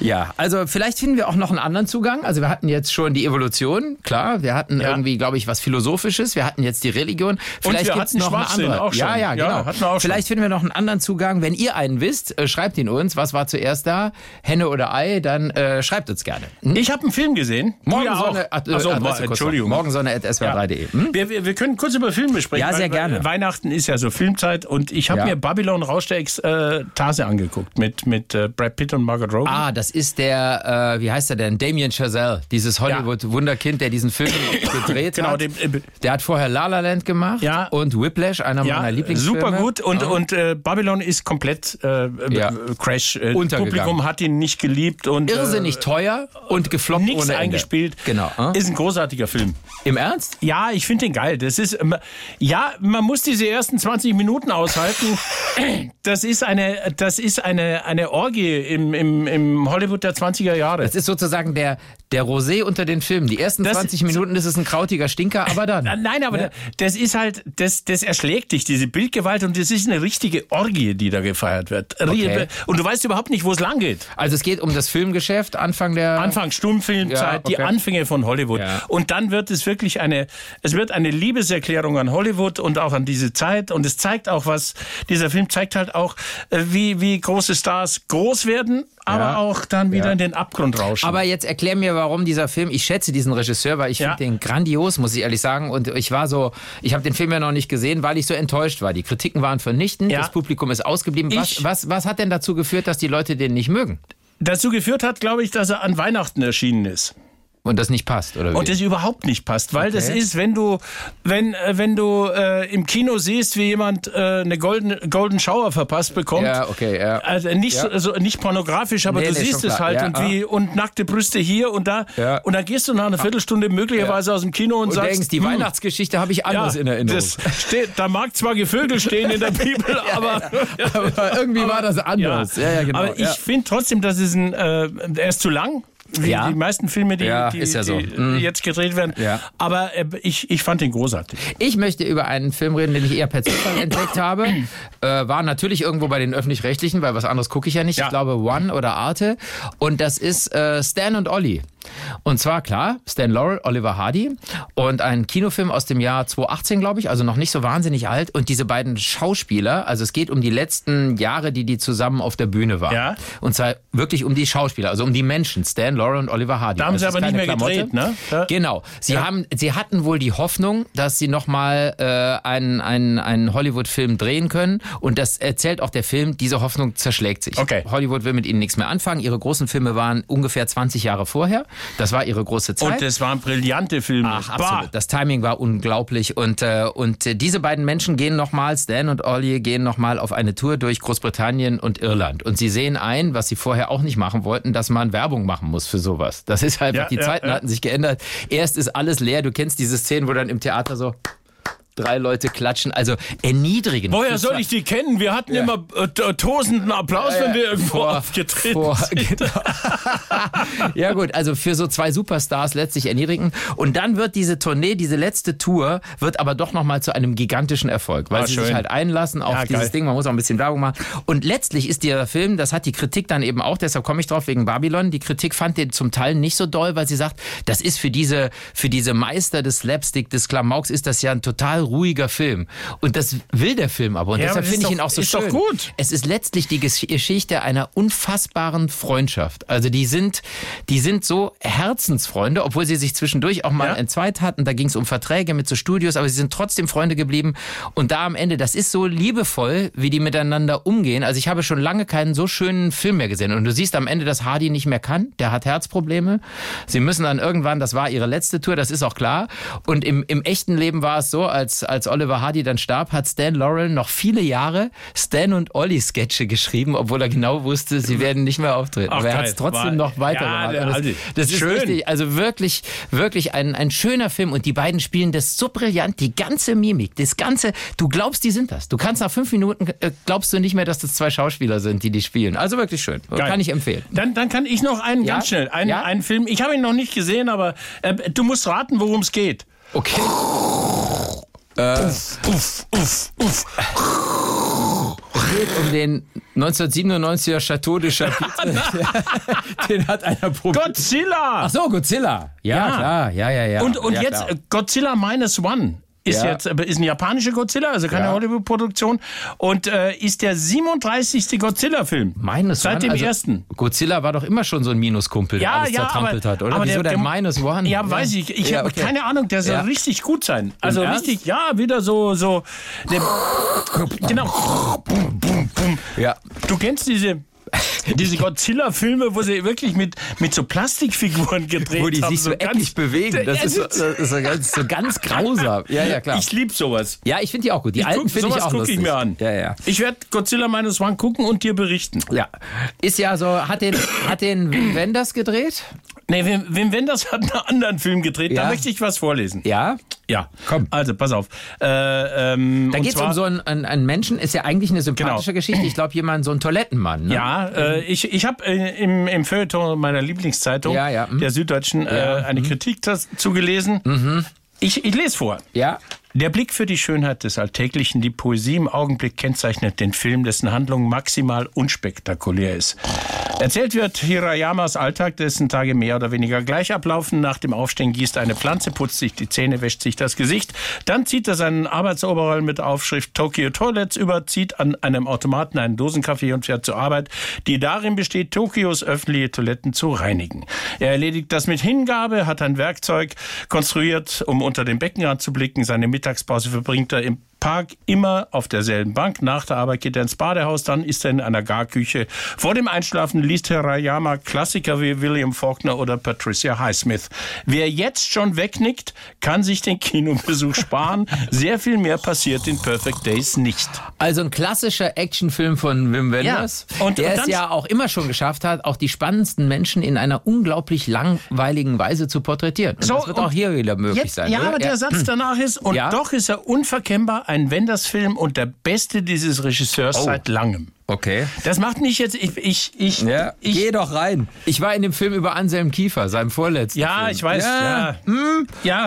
Speaker 2: Ja, also vielleicht finden wir auch noch einen anderen Zugang. Also wir hatten jetzt schon die Evolution, klar. Wir hatten
Speaker 3: Ja.
Speaker 2: irgendwie, glaube ich, was Philosophisches. Wir hatten jetzt die Religion. Vielleicht
Speaker 3: wir
Speaker 2: gibt's
Speaker 3: hatten
Speaker 2: noch einen
Speaker 3: Schwachsinn
Speaker 2: anderen.
Speaker 3: auch schon.
Speaker 2: Ja, ja,
Speaker 3: Ja,
Speaker 2: genau.
Speaker 3: hatten wir auch schon.
Speaker 2: vielleicht finden wir noch einen anderen Zugang. Wenn ihr einen wisst, äh, schreibt ihn uns. Was war zuerst da? Henne oder Ei, dann äh, schreibt uns gerne. Hm?
Speaker 3: Ich habe einen Film gesehen. Du ja auch.
Speaker 2: Morgensonne, at- äh,
Speaker 3: Achso,
Speaker 2: Adresse kurz noch.
Speaker 3: Entschuldigung.
Speaker 2: Morgensonne.swr3.de. Hm?
Speaker 3: Wir, wir, wir können kurz über Filme sprechen.
Speaker 2: Ja,
Speaker 3: weil-
Speaker 2: sehr gerne.
Speaker 3: weil Weihnachten ist ja so Filmzeit und ich habe
Speaker 2: Ja.
Speaker 3: mir Babylon Rausch der Ekstase angeguckt mit, mit äh, Brad Pitt und Margaret Robbie.
Speaker 2: Ah, das ist der, äh, wie heißt er denn? Damien Chazelle, dieses Hollywood-Wunderkind, der diesen Film gedreht
Speaker 3: Genau,
Speaker 2: hat.
Speaker 3: dem, äh,
Speaker 2: der hat vorher La La Land gemacht
Speaker 3: Ja.
Speaker 2: und Whiplash, einer meiner Lieblingsfilme.
Speaker 3: Super gut und, und äh, Babylon ist komplett äh,
Speaker 2: Ja.
Speaker 3: ja. Crash. Äh,
Speaker 2: Untergegangen.
Speaker 3: Publikum hat ihn nicht geliebt und
Speaker 2: Irrsinnig teuer und
Speaker 3: äh,
Speaker 2: gefloppt
Speaker 3: nichts
Speaker 2: ohne Ende.
Speaker 3: eingespielt.
Speaker 2: Genau. Hm?
Speaker 3: Ist ein großartiger Film.
Speaker 2: Im Ernst?
Speaker 3: Ja, ich finde den geil. Das ist ähm, ja, man muss diese ersten 20 Minuten aushalten. Das ist eine das ist eine eine Orgie im, im, im Hollywood der 20er Jahre.
Speaker 2: Das ist sozusagen der, der Rosé unter den Filmen. Die ersten
Speaker 3: Das-
Speaker 2: 20 Minuten ist es ein krautiger Stinker, aber dann.
Speaker 3: Nein, aber da- das ist halt, das, das erschlägt dich, diese Bildgewalt, und das ist eine richtige Orgie, die da gefeiert wird.
Speaker 2: Okay.
Speaker 3: Und du weißt überhaupt nicht, wo es lang geht.
Speaker 2: Also es geht um das Filmgeschäft, Anfang der...
Speaker 3: Anfang Stummfilmzeit,
Speaker 2: Ja, okay.
Speaker 3: die Anfänge von Hollywood.
Speaker 2: Ja.
Speaker 3: Und dann wird es wirklich eine, es wird eine Liebeserklärung an Hollywood und auch an diese Zeit. Und es zeigt auch was, dieser Film zeigt halt auch, äh, wie, wie große Stars groß werden, aber
Speaker 2: Ja.
Speaker 3: auch dann wieder
Speaker 2: Ja.
Speaker 3: in den Abgrund rauschen.
Speaker 2: Aber jetzt erklär mir, warum dieser Film, ich schätze diesen Regisseur, weil ich
Speaker 3: Ja.
Speaker 2: finde den grandios, muss ich ehrlich sagen. Und ich war so, ich habe den Film ja noch nicht gesehen, weil ich so enttäuscht war. Die Kritiken waren vernichtend,
Speaker 3: Ja.
Speaker 2: das Publikum ist ausgeblieben. Was,
Speaker 3: Ich-
Speaker 2: was, was hat denn dazu geführt, dass die Leute den nicht mögen
Speaker 3: Dazu geführt hat, glaube ich, dass er an Weihnachten erschienen ist.
Speaker 2: und das nicht passt? Oder wie?
Speaker 3: Und das überhaupt nicht passt, weil das
Speaker 2: Okay.
Speaker 3: ist, wenn du, wenn, äh, wenn du äh, im Kino siehst, wie jemand äh, eine Golden, Golden Shower verpasst bekommt.
Speaker 2: Ja, okay, ja.
Speaker 3: Also nicht,
Speaker 2: Ja.
Speaker 3: so- also nicht pornografisch, aber
Speaker 2: Nee,
Speaker 3: du
Speaker 2: nee,
Speaker 3: siehst
Speaker 2: schon
Speaker 3: es
Speaker 2: klar.
Speaker 3: halt
Speaker 2: Ja,
Speaker 3: und
Speaker 2: ah.
Speaker 3: wie und nackte Brüste hier und da.
Speaker 2: Ja. Ah.
Speaker 3: Und dann gehst du nach einer Viertelstunde möglicherweise aus dem Kino und,
Speaker 2: und
Speaker 3: sagst,
Speaker 2: denkst, die
Speaker 3: hm,
Speaker 2: Weihnachtsgeschichte habe ich
Speaker 3: ja,
Speaker 2: anders in Erinnerung.
Speaker 3: Das steht, da mag zwar Gevögel stehen in der Bibel, aber
Speaker 2: aber irgendwie war das anders. Ja, ja, genau.
Speaker 3: aber ich
Speaker 2: ja.
Speaker 3: finde trotzdem, dass es ein, äh, er ist zu lang. Wie
Speaker 2: Ja.
Speaker 3: die meisten Filme, die,
Speaker 2: Ja,
Speaker 3: die,
Speaker 2: ist ja so. Mhm.
Speaker 3: die äh, jetzt gedreht werden.
Speaker 2: Ja.
Speaker 3: Aber äh, ich, ich fand den großartig.
Speaker 2: Ich möchte über einen Film reden, den ich eher per Zufall entdeckt habe. Äh, war natürlich irgendwo bei den öffentlich-rechtlichen, weil was anderes gucke ich ja nicht.
Speaker 3: Ja.
Speaker 2: Ich glaube One oder Arte. Und das ist äh, Stan und Ollie. Und zwar klar, Stan Laurel, Oliver Hardy und ein Kinofilm aus dem Jahr 2018, glaube ich, also noch nicht so wahnsinnig alt. Und diese beiden Schauspieler, also es geht um die letzten Jahre, die die zusammen auf der Bühne waren.
Speaker 3: Ja.
Speaker 2: Und zwar wirklich um die Schauspieler, also um die Menschen, Stan Laurel und Oliver Hardy.
Speaker 3: Da haben
Speaker 2: Das
Speaker 3: sie
Speaker 2: ist
Speaker 3: aber nicht
Speaker 2: keine
Speaker 3: mehr gedreht, ne? Ja.
Speaker 2: Genau. Sie, haben, sie hatten wohl die Hoffnung, dass sie nochmal äh, einen, einen, einen Hollywood-Film drehen können. Und das erzählt auch der Film, diese Hoffnung zerschlägt sich.
Speaker 3: Okay.
Speaker 2: Hollywood will mit ihnen nichts mehr anfangen. Ihre großen Filme waren ungefähr 20 Jahre vorher. Das war ihre große Zeit.
Speaker 3: Und das waren brillante Filme.
Speaker 2: Ach,
Speaker 3: Bah.
Speaker 2: absolut. Das Timing war unglaublich. Und, äh, und äh, diese beiden Menschen gehen nochmal, Stan und Ollie gehen nochmal auf eine Tour durch Großbritannien und Irland. Und sie sehen ein, was sie vorher auch nicht machen wollten, dass man Werbung machen muss für sowas. Das ist einfach,
Speaker 3: Ja,
Speaker 2: die
Speaker 3: ja,
Speaker 2: Zeiten
Speaker 3: ja.
Speaker 2: hatten sich geändert. Erst ist alles leer. Du kennst diese Szenen, wo dann im Theater so drei Leute klatschen. Also erniedrigend.
Speaker 3: Woher soll ich die kennen? Wir hatten immer äh, t- tosenden Applaus, wenn wir irgendwo
Speaker 2: Äh, Vor-
Speaker 3: aufgetreten
Speaker 2: vor- genau.
Speaker 3: sind.
Speaker 2: Ja gut, also für so zwei Superstars letztlich erniedrigen. Und dann wird diese Tournee, diese letzte Tour, wird aber doch nochmal zu einem gigantischen Erfolg, weil
Speaker 3: Ah,
Speaker 2: sie sich
Speaker 3: schön.
Speaker 2: halt einlassen auf
Speaker 3: Ja,
Speaker 2: dieses
Speaker 3: geil.
Speaker 2: Ding. Man muss auch ein bisschen Werbung machen. Und letztlich ist dieser Film, das hat die Kritik dann eben auch, deshalb komme ich drauf wegen Babylon, die Kritik fand den zum Teil nicht so doll, weil sie sagt, das ist für diese, für diese Meister des Slapstick, des Klamauks, ist das ja ein total ruhiger Film. Und das will der Film aber. Und
Speaker 3: Ja, aber
Speaker 2: deshalb
Speaker 3: das ist
Speaker 2: finde ich ihn
Speaker 3: doch-
Speaker 2: auch so
Speaker 3: ist
Speaker 2: schön.
Speaker 3: doch gut.
Speaker 2: Es ist letztlich die Gesch- Geschichte einer unfassbaren Freundschaft. Also die sind, die sind so Herzensfreunde, obwohl sie sich zwischendurch auch mal
Speaker 3: Ja.
Speaker 2: entzweit hatten. Da ging es um Verträge mit so Studios, aber sie sind trotzdem Freunde geblieben. Und da am Ende, das ist so liebevoll, wie die miteinander umgehen. Also ich habe schon lange keinen so schönen Film mehr gesehen. Und du siehst am Ende, dass Hardy nicht mehr kann. Der hat Herzprobleme. Sie müssen dann irgendwann, das war ihre letzte Tour, das ist auch klar. Und im, im echten Leben war es so, als, als Oliver Hardy dann starb, hat Stan Laurel noch viele Jahre Stan und Ollie Sketche geschrieben, obwohl er genau wusste, sie werden nicht mehr auftreten.
Speaker 3: Ach,
Speaker 2: Aber er
Speaker 3: geil.
Speaker 2: hat es trotzdem
Speaker 3: War-
Speaker 2: noch
Speaker 3: Ja,
Speaker 2: weitergemacht.
Speaker 3: der
Speaker 2: Und
Speaker 3: Aldi.
Speaker 2: das, das ist
Speaker 3: Schön.
Speaker 2: richtig, also wirklich, wirklich ein, ein schöner Film und die beiden spielen das so brillant, die ganze Mimik, das ganze, du glaubst, die sind das. Du kannst nach fünf Minuten, äh, glaubst du nicht mehr, dass das zwei Schauspieler sind, die die spielen. Also wirklich schön,
Speaker 3: Geil.
Speaker 2: kann ich empfehlen.
Speaker 3: Dann, dann kann ich noch einen
Speaker 2: Ja?
Speaker 3: ganz schnell, einen,
Speaker 2: Ja?
Speaker 3: einen Film. Ich habe ihn noch nicht gesehen, aber äh, du musst raten, worum es geht.
Speaker 2: Okay.
Speaker 3: Uff, uff, uff.
Speaker 2: geht um den 1997er Chateau de Chapitre. den hat einer probiert.
Speaker 3: Godzilla!
Speaker 2: Ach so, Godzilla. Ja,
Speaker 3: Ja.
Speaker 2: klar. Ja, ja, ja.
Speaker 3: Und, und
Speaker 2: ja,
Speaker 3: jetzt
Speaker 2: klar.
Speaker 3: äh, Godzilla Minus One. Ist
Speaker 2: Ja.
Speaker 3: jetzt ist eine japanische Godzilla, also keine
Speaker 2: Ja.
Speaker 3: Hollywood-Produktion. Und äh, ist der 37. Godzilla-Film.
Speaker 2: Minus
Speaker 3: Seit
Speaker 2: One,
Speaker 3: dem
Speaker 2: also
Speaker 3: ersten.
Speaker 2: Godzilla war doch immer schon so ein Minuskumpel, der alles zertrampelt hat, oder? Wieso der, Minus One?
Speaker 3: Ja, weiß ich. Ich
Speaker 2: Ja,
Speaker 3: habe
Speaker 2: okay.
Speaker 3: keine Ahnung, der soll
Speaker 2: Ja.
Speaker 3: richtig gut sein. Also
Speaker 2: Ernst?
Speaker 3: richtig, ja, wieder so, so. Der, genau. Bum, bum, bum.
Speaker 2: Ja.
Speaker 3: Du kennst diese. Diese Godzilla-Filme, wo sie wirklich mit, mit so Plastikfiguren gedreht
Speaker 2: Wo die
Speaker 3: haben.
Speaker 2: sich so,
Speaker 3: ganz-
Speaker 2: eckig bewegen. Das
Speaker 3: Ja,
Speaker 2: ist, so- das ist so, ganz, so ganz grausam. Ja, ja, klar.
Speaker 3: Ich lieb sowas.
Speaker 2: ja, ich finde die auch gut. Die alten
Speaker 3: Guck,
Speaker 2: finde ich
Speaker 3: sowas
Speaker 2: auch
Speaker 3: gucke
Speaker 2: lustig.
Speaker 3: ich mir an.
Speaker 2: Ja, ja.
Speaker 3: Ich werde Godzilla Minus One gucken und dir berichten.
Speaker 2: Ja. Ist ja so, hat den, hat den Wim Wenders gedreht?
Speaker 3: Nee, Wim, Wim Wenders hat einen anderen Film gedreht. Da
Speaker 2: Ja.
Speaker 3: möchte ich was vorlesen.
Speaker 2: Ja.
Speaker 3: Ja,
Speaker 2: Komm.
Speaker 3: Also, pass auf. Äh, ähm,
Speaker 2: Da
Speaker 3: und
Speaker 2: geht es
Speaker 3: zwar- Genau.
Speaker 2: um so einen, einen, einen Menschen, ist ja eigentlich eine sympathische Geschichte. Ich glaube, jemand, so ein Toilettenmann. Ne?
Speaker 3: Ja, äh, ich, ich habe äh, im, im Feuilleton meiner Lieblingszeitung,
Speaker 2: Ja, ja, mhm. hm.
Speaker 3: der Süddeutschen, äh, eine Kritik dazu gelesen. Ich, ich lese vor.
Speaker 2: Ja.
Speaker 3: Der Blick für die Schönheit des Alltäglichen, die Poesie im Augenblick kennzeichnet den Film, dessen Handlung maximal unspektakulär ist. Erzählt wird Hirayamas Alltag, dessen Tage mehr oder weniger gleich ablaufen. Nach dem Aufstehen gießt er eine Pflanze, putzt sich die Zähne, wäscht sich das Gesicht. Dann zieht er seinen Arbeitsoverall mit Aufschrift Tokyo Toilets über, zieht an einem Automaten einen Dosenkaffee und fährt zur Arbeit, die darin besteht, Tokios öffentliche Toiletten zu reinigen. Er erledigt das mit Hingabe, hat ein Werkzeug konstruiert, um unter den Beckenrand zu blicken. Seine Mittagspause verbringt er im Park immer auf derselben Bank. Nach der Arbeit geht er ins Badehaus, dann ist er in einer Garküche. Vor dem Einschlafen liest Hirayama Klassiker wie William Faulkner oder Patricia Highsmith. Wer jetzt schon wegnickt, kann sich den Kinobesuch sparen. Sehr viel mehr passiert in Perfect Days nicht.
Speaker 2: Also ein klassischer Actionfilm von Wim Wenders,
Speaker 3: Ja, und-
Speaker 2: der
Speaker 3: und
Speaker 2: es
Speaker 3: dann-
Speaker 2: ja auch immer schon geschafft hat, auch die spannendsten Menschen in einer unglaublich langweiligen Weise zu porträtieren. Und
Speaker 3: So,
Speaker 2: das wird
Speaker 3: und
Speaker 2: auch hier wieder möglich
Speaker 3: Jetzt,
Speaker 2: sein.
Speaker 3: ja,
Speaker 2: oder? Hm.
Speaker 3: aber der Satz danach ist, und
Speaker 2: Ja.
Speaker 3: doch ist er unverkennbar ein Wenders-Film und der beste dieses Regisseurs
Speaker 2: Oh.
Speaker 3: seit langem.
Speaker 2: Okay.
Speaker 3: Das macht mich jetzt, ich, ich, ich,
Speaker 2: Ja,
Speaker 3: ich
Speaker 2: geh doch rein. Ich war in dem Film über Anselm Kiefer, seinem vorletzten.
Speaker 3: ja,
Speaker 2: Film.
Speaker 3: ich weiß, ja. ja.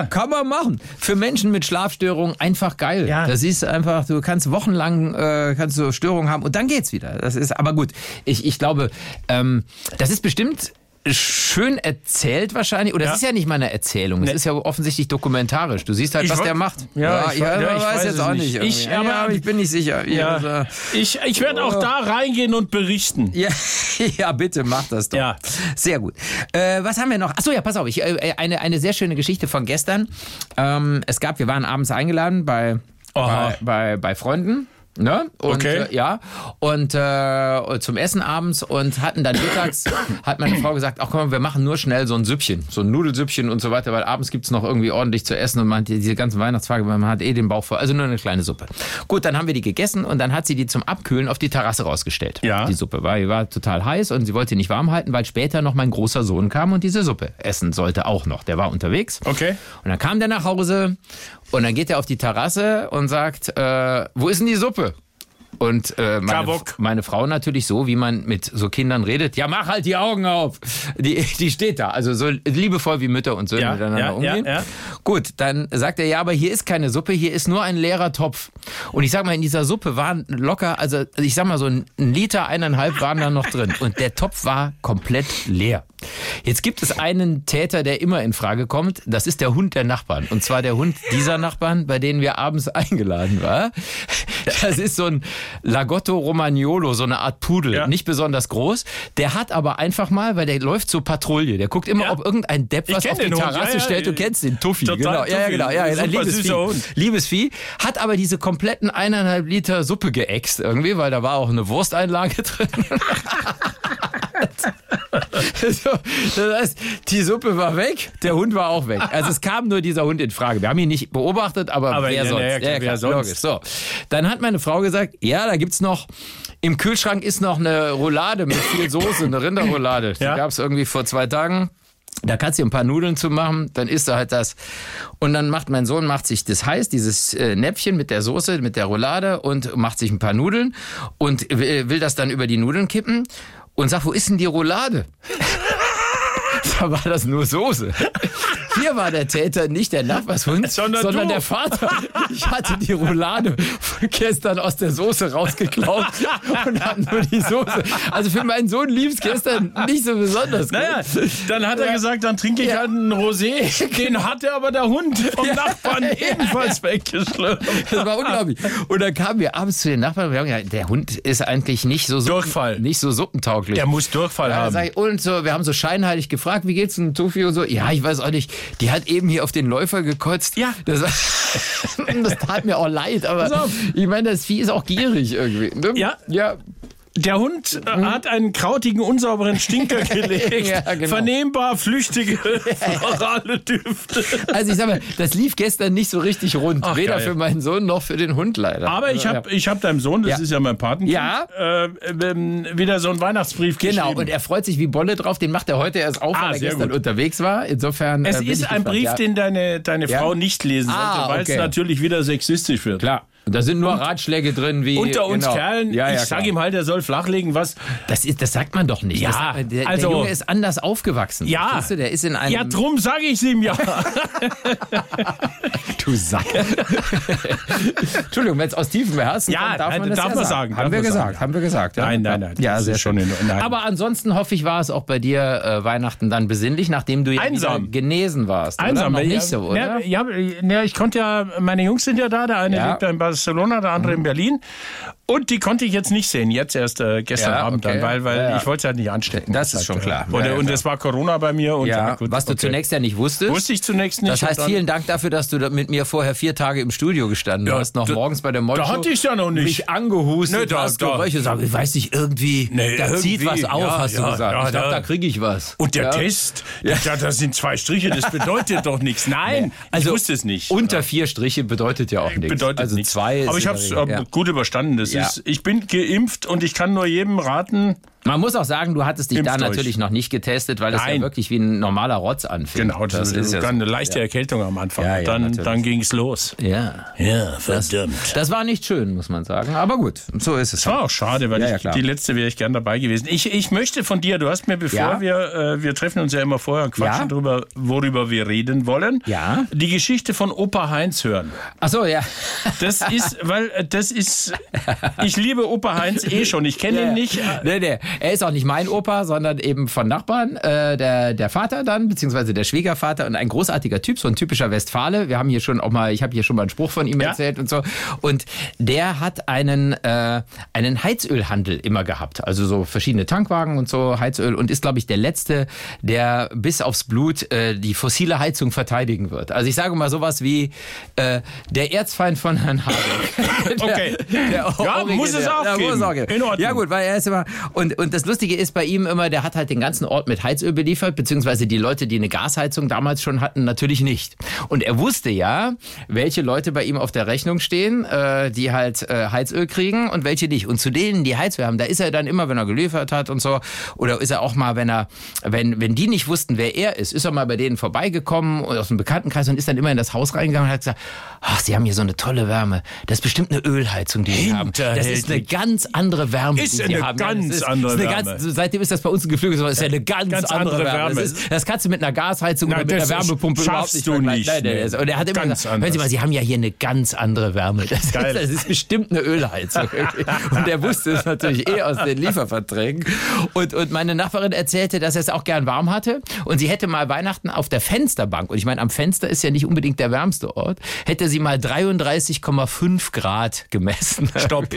Speaker 2: Hm. Kann man machen. Für Menschen mit Schlafstörungen einfach geil.
Speaker 3: Ja.
Speaker 2: Das ist einfach, du kannst wochenlang äh, kannst so Störungen haben und dann geht's wieder. Das ist aber gut. Ich, ich glaube, ähm, das ist bestimmt schön erzählt wahrscheinlich. Oder
Speaker 3: Ja.
Speaker 2: es ist ja nicht mal eine Erzählung. Es ist ja offensichtlich dokumentarisch. Du siehst halt,
Speaker 3: Ich
Speaker 2: was
Speaker 3: wollt-
Speaker 2: der macht.
Speaker 3: Ja, ich
Speaker 2: ich,
Speaker 3: wollt- ja, ich weiß
Speaker 2: weiß
Speaker 3: es
Speaker 2: jetzt auch
Speaker 3: nicht.
Speaker 2: nicht. irgendwie.
Speaker 3: Ich-
Speaker 2: ja,
Speaker 3: aber-
Speaker 2: aber ich bin nicht sicher.
Speaker 3: Ja,
Speaker 2: Also- Oh.
Speaker 3: ich, ich werde auch da reingehen und berichten.
Speaker 2: Ja, ja, bitte mach das doch.
Speaker 3: Ja.
Speaker 2: Sehr gut. Äh, was haben wir noch? Achso, ja, pass auf. Ich, äh, eine, eine sehr schöne Geschichte von gestern. Ähm, es gab, wir waren abends eingeladen bei,
Speaker 3: Aha.
Speaker 2: bei, bei, bei Freunden. Ne? Und,
Speaker 3: Okay.
Speaker 2: Äh, ja. Und äh, zum Essen abends und hatten dann mittags, hat meine Frau gesagt, ach komm, wir machen nur schnell so ein Süppchen, so ein Nudelsüppchen und so weiter, weil abends gibt's noch irgendwie ordentlich zu essen und man hat die- diese ganzen Weihnachtstage, man hat eh den Bauch voll. Also nur eine kleine Suppe. Gut, dann haben wir die gegessen und dann hat sie die zum Abkühlen auf die Terrasse rausgestellt.
Speaker 3: Ja.
Speaker 2: Die Suppe war, die war total heiß und sie wollte nicht warm halten, weil später noch mein großer Sohn kam und diese Suppe essen sollte auch noch. Der war unterwegs.
Speaker 3: Okay.
Speaker 2: Und dann kam der nach Hause und dann geht er auf die Terrasse und sagt, äh, wo ist denn die Suppe? Und äh, meine,
Speaker 3: Kabok.
Speaker 2: meine Frau natürlich so, wie man mit so Kindern redet, ja mach halt die Augen auf. Die, die steht da, also so liebevoll wie Mütter und Söhne
Speaker 3: Ja,
Speaker 2: miteinander
Speaker 3: ja, ja,
Speaker 2: umgehen.
Speaker 3: ja.
Speaker 2: Gut, dann sagt er, ja, aber hier ist keine Suppe, hier ist nur ein leerer Topf. Und ich sag mal, in dieser Suppe waren locker, also ich sag mal so ein ein Liter, eineinhalb waren da noch drin. Und der Topf war komplett leer. Jetzt gibt es einen Täter, der immer in Frage kommt. Das ist der Hund der Nachbarn. Und zwar der Hund dieser Nachbarn, bei denen wir abends eingeladen waren. Das ist so ein Lagotto Romagnolo, so eine Art Pudel.
Speaker 3: Ja.
Speaker 2: Nicht besonders groß. Der hat aber einfach mal, weil der läuft zur Patrouille. Der guckt immer,
Speaker 3: Ja.
Speaker 2: ob irgendein Depp
Speaker 3: Ich
Speaker 2: was
Speaker 3: kenn
Speaker 2: auf die
Speaker 3: den Hund,
Speaker 2: Terrasse
Speaker 3: ja, ja,
Speaker 2: stellt. Du kennst den Tuffy.
Speaker 3: total
Speaker 2: genau. Ja, ja,
Speaker 3: Tuffy,
Speaker 2: genau. Ja, ein
Speaker 3: super
Speaker 2: liebes Vieh.
Speaker 3: süßer Hund.
Speaker 2: liebes Vieh. Hat aber diese kompletten eineinhalb Liter Suppe geäxt irgendwie, weil da war auch eine Wursteinlage drin. So, das heißt, die Suppe war weg, der Hund war auch weg. Also es kam nur dieser Hund in Frage. Wir haben ihn nicht beobachtet, aber,
Speaker 3: Aber
Speaker 2: wer
Speaker 3: ja,
Speaker 2: sonst?
Speaker 3: ja, klar, wer sonst?
Speaker 2: logisch. So. Dann hat meine Frau gesagt, ja, da gibt's noch, im Kühlschrank ist noch eine Roulade mit viel Soße, eine Rinderroulade. Die
Speaker 3: Ja.
Speaker 2: gab's irgendwie vor zwei Tagen. Da kannst du dir ein paar Nudeln zu machen, dann isst du halt das. Und dann macht mein Sohn, macht sich das heiß, dieses äh, Näpfchen mit der Soße, mit der Roulade und macht sich ein paar Nudeln und äh, will das dann über die Nudeln kippen und sagt, wo ist denn die Roulade? da war das nur Soße. Hier war der Täter nicht der Nachbarshund,
Speaker 3: Sondern
Speaker 2: sondern,
Speaker 3: du.
Speaker 2: der Vater. Ich hatte die Roulade von gestern aus der Soße rausgeklaut und habe nur die Soße. Also für meinen Sohn lief es gestern nicht so besonders gut.
Speaker 3: Naja, dann hat er
Speaker 2: Ja.
Speaker 3: gesagt, dann trinke ich
Speaker 2: Ja.
Speaker 3: halt einen Rosé. Den hatte aber der Hund vom Nachbarn ebenfalls weggeschlürft.
Speaker 2: Das war unglaublich. Und dann kamen wir abends zu den Nachbarn und wir haben gesagt, der Hund ist eigentlich nicht so, Suppen,
Speaker 3: Durchfall.
Speaker 2: Nicht so suppentauglich.
Speaker 3: Der muss Durchfall
Speaker 2: Ja,
Speaker 3: haben.
Speaker 2: sag ich, und so, wir haben so scheinheilig gefragt, wie geht's denn Tufi und so? Ja, ich weiß auch nicht. Die hat eben hier auf den Läufer gekotzt.
Speaker 3: Ja.
Speaker 2: Das, das tat mir auch leid,
Speaker 3: Pass
Speaker 2: aber
Speaker 3: auf.
Speaker 2: ich meine, das Vieh ist auch gierig irgendwie. ne?
Speaker 3: Ja.
Speaker 2: Ja.
Speaker 3: Der Hund äh, hat einen krautigen, unsauberen Stinker gelegt.
Speaker 2: Mhm. Ja, genau.
Speaker 3: Vernehmbar flüchtige, florale Düfte.
Speaker 2: Also ich sag mal, das lief gestern nicht so richtig rund.
Speaker 3: Ach,
Speaker 2: Weder
Speaker 3: geil.
Speaker 2: für meinen Sohn noch für den Hund leider.
Speaker 3: Aber ich habe ich hab deinem Sohn, das
Speaker 2: Also, Ja.
Speaker 3: ist ja mein Patenkind,
Speaker 2: Ja.
Speaker 3: äh, ähm, wieder so einen Weihnachtsbrief
Speaker 2: Genau,
Speaker 3: geschrieben.
Speaker 2: und er freut sich wie Bolle drauf. Den macht er heute erst auf,
Speaker 3: Ah,
Speaker 2: weil er
Speaker 3: sehr
Speaker 2: gestern
Speaker 3: gut.
Speaker 2: unterwegs war. Insofern.
Speaker 3: es
Speaker 2: äh, bin
Speaker 3: ist
Speaker 2: ich
Speaker 3: ein
Speaker 2: gespannt,
Speaker 3: Brief,
Speaker 2: ja.
Speaker 3: den deine, deine
Speaker 2: Ja.
Speaker 3: Frau nicht lesen
Speaker 2: Ah,
Speaker 3: sollte, weil es
Speaker 2: okay.
Speaker 3: natürlich wieder sexistisch wird.
Speaker 2: Klar. Und da sind nur Ratschläge drin, wie.
Speaker 3: Unter uns
Speaker 2: genau.
Speaker 3: Kerlen,
Speaker 2: Ja, ja,
Speaker 3: ich sage
Speaker 2: klar.
Speaker 3: ihm halt, er soll flachlegen, was.
Speaker 2: Das, ist, das sagt man doch nicht.
Speaker 3: Ja,
Speaker 2: das sagt man, der,
Speaker 3: also-
Speaker 2: der Junge ist anders aufgewachsen.
Speaker 3: Ja.
Speaker 2: Verstehst Du, der ist in einem.
Speaker 3: Ja, drum sage ich es ihm ja.
Speaker 2: du Sack. Entschuldigung, wenn es aus tiefem Herzen
Speaker 3: Ja,
Speaker 2: kommt, darf
Speaker 3: nein,
Speaker 2: man das
Speaker 3: darf
Speaker 2: ja
Speaker 3: man
Speaker 2: sagen.
Speaker 3: sagen, darf
Speaker 2: Haben wir
Speaker 3: man
Speaker 2: gesagt,
Speaker 3: sagen, ja.
Speaker 2: haben wir gesagt. Ja.
Speaker 3: Nein, nein, nein,
Speaker 2: Ja,
Speaker 3: das
Speaker 2: sehr
Speaker 3: ist schon
Speaker 2: schön.
Speaker 3: in- nein.
Speaker 2: Aber ansonsten hoffe ich, war es auch bei dir äh, Weihnachten dann besinnlich, nachdem du ja
Speaker 3: Einsam.
Speaker 2: wieder genesen warst.
Speaker 3: Einsam,
Speaker 2: oder?
Speaker 3: weil
Speaker 2: Noch
Speaker 3: ja,
Speaker 2: nicht so, oder?
Speaker 3: Ja, ja, ja, ich konnte ja, meine Jungs sind ja da, der eine
Speaker 2: Ja.
Speaker 3: lebt ja in Barcelona, der andere in Berlin. Und die konnte ich jetzt nicht sehen, jetzt erst äh, gestern
Speaker 2: Ja,
Speaker 3: Abend
Speaker 2: okay.
Speaker 3: dann, weil, weil
Speaker 2: Ja, ja.
Speaker 3: ich wollte es halt nicht anstecken.
Speaker 2: Das ist
Speaker 3: Halt,
Speaker 2: schon
Speaker 3: äh,
Speaker 2: klar.
Speaker 3: Und,
Speaker 2: Ja, ja,
Speaker 3: und
Speaker 2: klar.
Speaker 3: es war Corona bei mir. Und
Speaker 2: Ja,
Speaker 3: ja, gut,
Speaker 2: was du
Speaker 3: okay.
Speaker 2: zunächst ja nicht wusstest.
Speaker 3: Wusste ich zunächst nicht.
Speaker 2: das
Speaker 3: und
Speaker 2: heißt,
Speaker 3: dann-
Speaker 2: vielen Dank dafür, dass du da mit mir vorher vier Tage im Studio gestanden hast, noch
Speaker 3: da-
Speaker 2: morgens bei der Morning
Speaker 3: da hatte ich ja noch nicht.
Speaker 2: Mich angehustet,
Speaker 3: Nee, da-
Speaker 2: hast
Speaker 3: da-
Speaker 2: Geräusche, sag, ich weiß nicht, irgendwie,
Speaker 3: Nee,
Speaker 2: da zieht
Speaker 3: irgendwie,
Speaker 2: was auf,
Speaker 3: ja,
Speaker 2: hast
Speaker 3: ja,
Speaker 2: du gesagt.
Speaker 3: ja,
Speaker 2: ich dachte,
Speaker 3: da-
Speaker 2: da kriege ich was.
Speaker 3: Und der
Speaker 2: ja?
Speaker 3: Test, ja, da sind zwei Striche, das bedeutet doch nichts. Nein, ich wusste es nicht.
Speaker 2: Unter vier Striche bedeutet ja auch nichts.
Speaker 3: Genau. Bedeutet
Speaker 2: also
Speaker 3: nichts.
Speaker 2: zwei ist
Speaker 3: Aber ich ähm,
Speaker 2: in
Speaker 3: habe es
Speaker 2: der Regel, ja.
Speaker 3: gut überstanden. Das
Speaker 2: Ja.
Speaker 3: ist, ich bin geimpft und ich kann nur jedem raten.
Speaker 2: Man muss auch sagen, du hattest dich
Speaker 3: Impft
Speaker 2: da
Speaker 3: euch.
Speaker 2: natürlich noch nicht getestet, weil es ja
Speaker 3: Nein.
Speaker 2: wirklich wie ein normaler Rotz anfängt.
Speaker 3: Genau, das, ist
Speaker 2: ja
Speaker 3: dann
Speaker 2: so.
Speaker 3: eine leichte Erkältung am Anfang.
Speaker 2: Ja, ja,
Speaker 3: dann
Speaker 2: natürlich.
Speaker 3: dann ging es los.
Speaker 2: Ja.
Speaker 3: Ja, verdammt.
Speaker 2: Das war nicht schön, muss man sagen. Aber gut, so ist es.
Speaker 3: Das war Ah, auch schade, weil
Speaker 2: Ja, ja,
Speaker 3: ich,
Speaker 2: klar.
Speaker 3: die letzte wäre ich gern dabei gewesen. Ich, ich möchte von dir, du hast mir, bevor
Speaker 2: Ja.
Speaker 3: wir, äh, wir treffen uns ja immer vorher und quatschen
Speaker 2: Ja.
Speaker 3: drüber, worüber wir reden wollen,
Speaker 2: Ja.
Speaker 3: die Geschichte von Opa Heinz hören.
Speaker 2: Ach so, ja.
Speaker 3: Das ist, weil äh, das ist, ich liebe Opa Heinz eh schon, ich kenne ihn nicht. äh,
Speaker 2: Nee, nee. Er ist auch nicht mein Opa, sondern eben von Nachbarn. Äh, der, der Vater dann, beziehungsweise der Schwiegervater und ein großartiger Typ, so ein typischer Westfale. Wir haben hier schon auch mal, ich habe hier schon mal einen Spruch von ihm
Speaker 3: Ja.
Speaker 2: erzählt und so. Und der hat einen, äh, einen Heizölhandel immer gehabt. Also so verschiedene Tankwagen und so, Heizöl. Und ist, glaube ich, der Letzte, der bis aufs Blut äh, die fossile Heizung verteidigen wird. Also ich sage mal sowas wie äh, der Erzfeind von Herrn Habeck.
Speaker 3: Okay.
Speaker 2: Der, der
Speaker 3: Ja,
Speaker 2: Originär.
Speaker 3: muss es auch
Speaker 2: ja, Muss
Speaker 3: geben.
Speaker 2: es auch geben.
Speaker 3: In Ordnung.
Speaker 2: Ja, gut, weil er ist immer. Und, und das Lustige ist bei ihm immer, der hat halt den ganzen Ort mit Heizöl beliefert, beziehungsweise die Leute, die eine Gasheizung damals schon hatten, natürlich nicht. Und er wusste ja, welche Leute bei ihm auf der Rechnung stehen, äh, die halt äh, Heizöl kriegen und welche nicht. Und zu denen, die Heizöl haben, da ist er dann immer, wenn er geliefert hat und so, oder ist er auch mal, wenn er, wenn, wenn die nicht wussten, wer er ist, ist er mal bei denen vorbeigekommen und aus dem Bekanntenkreis und ist dann immer in das Haus reingegangen und hat gesagt, ach, sie haben hier so eine tolle Wärme. Das ist bestimmt eine Ölheizung, die sie haben. Das ist eine
Speaker 3: Hinterhältig.
Speaker 2: ganz andere Wärme.
Speaker 3: Ist
Speaker 2: die
Speaker 3: eine
Speaker 2: sie haben.
Speaker 3: ganz
Speaker 2: das ist,
Speaker 3: andere
Speaker 2: ist eine
Speaker 3: Wärme.
Speaker 2: Ganz, seitdem ist das bei uns ein Geflügel, sondern ist ja eine ganz,
Speaker 3: Ganz
Speaker 2: andere,
Speaker 3: andere
Speaker 2: Wärme.
Speaker 3: Wärme.
Speaker 2: Das, ist, das kannst du mit einer Gasheizung
Speaker 3: Nein,
Speaker 2: oder mit einer
Speaker 3: das
Speaker 2: Wärmepumpe überhaupt
Speaker 3: schaffst
Speaker 2: nicht
Speaker 3: du
Speaker 2: vergleichen.
Speaker 3: nicht,
Speaker 2: Nein, nein,
Speaker 3: nee.
Speaker 2: das- Und er hat immer
Speaker 3: Ganz
Speaker 2: gesagt, hören Sie
Speaker 3: anders.
Speaker 2: mal, Sie haben ja hier eine ganz andere Wärme. Das,
Speaker 3: Geil.
Speaker 2: ist, das ist bestimmt eine Ölheizung. und der wusste es natürlich eh aus den Lieferverträgen. Und, und meine Nachbarin erzählte, dass er es auch gern warm hatte. Und sie hätte mal Weihnachten auf der Fensterbank, und ich meine, am Fenster ist ja nicht unbedingt der wärmste Ort, hätte sie mal 33,5 Grad gemessen.
Speaker 3: Stopp.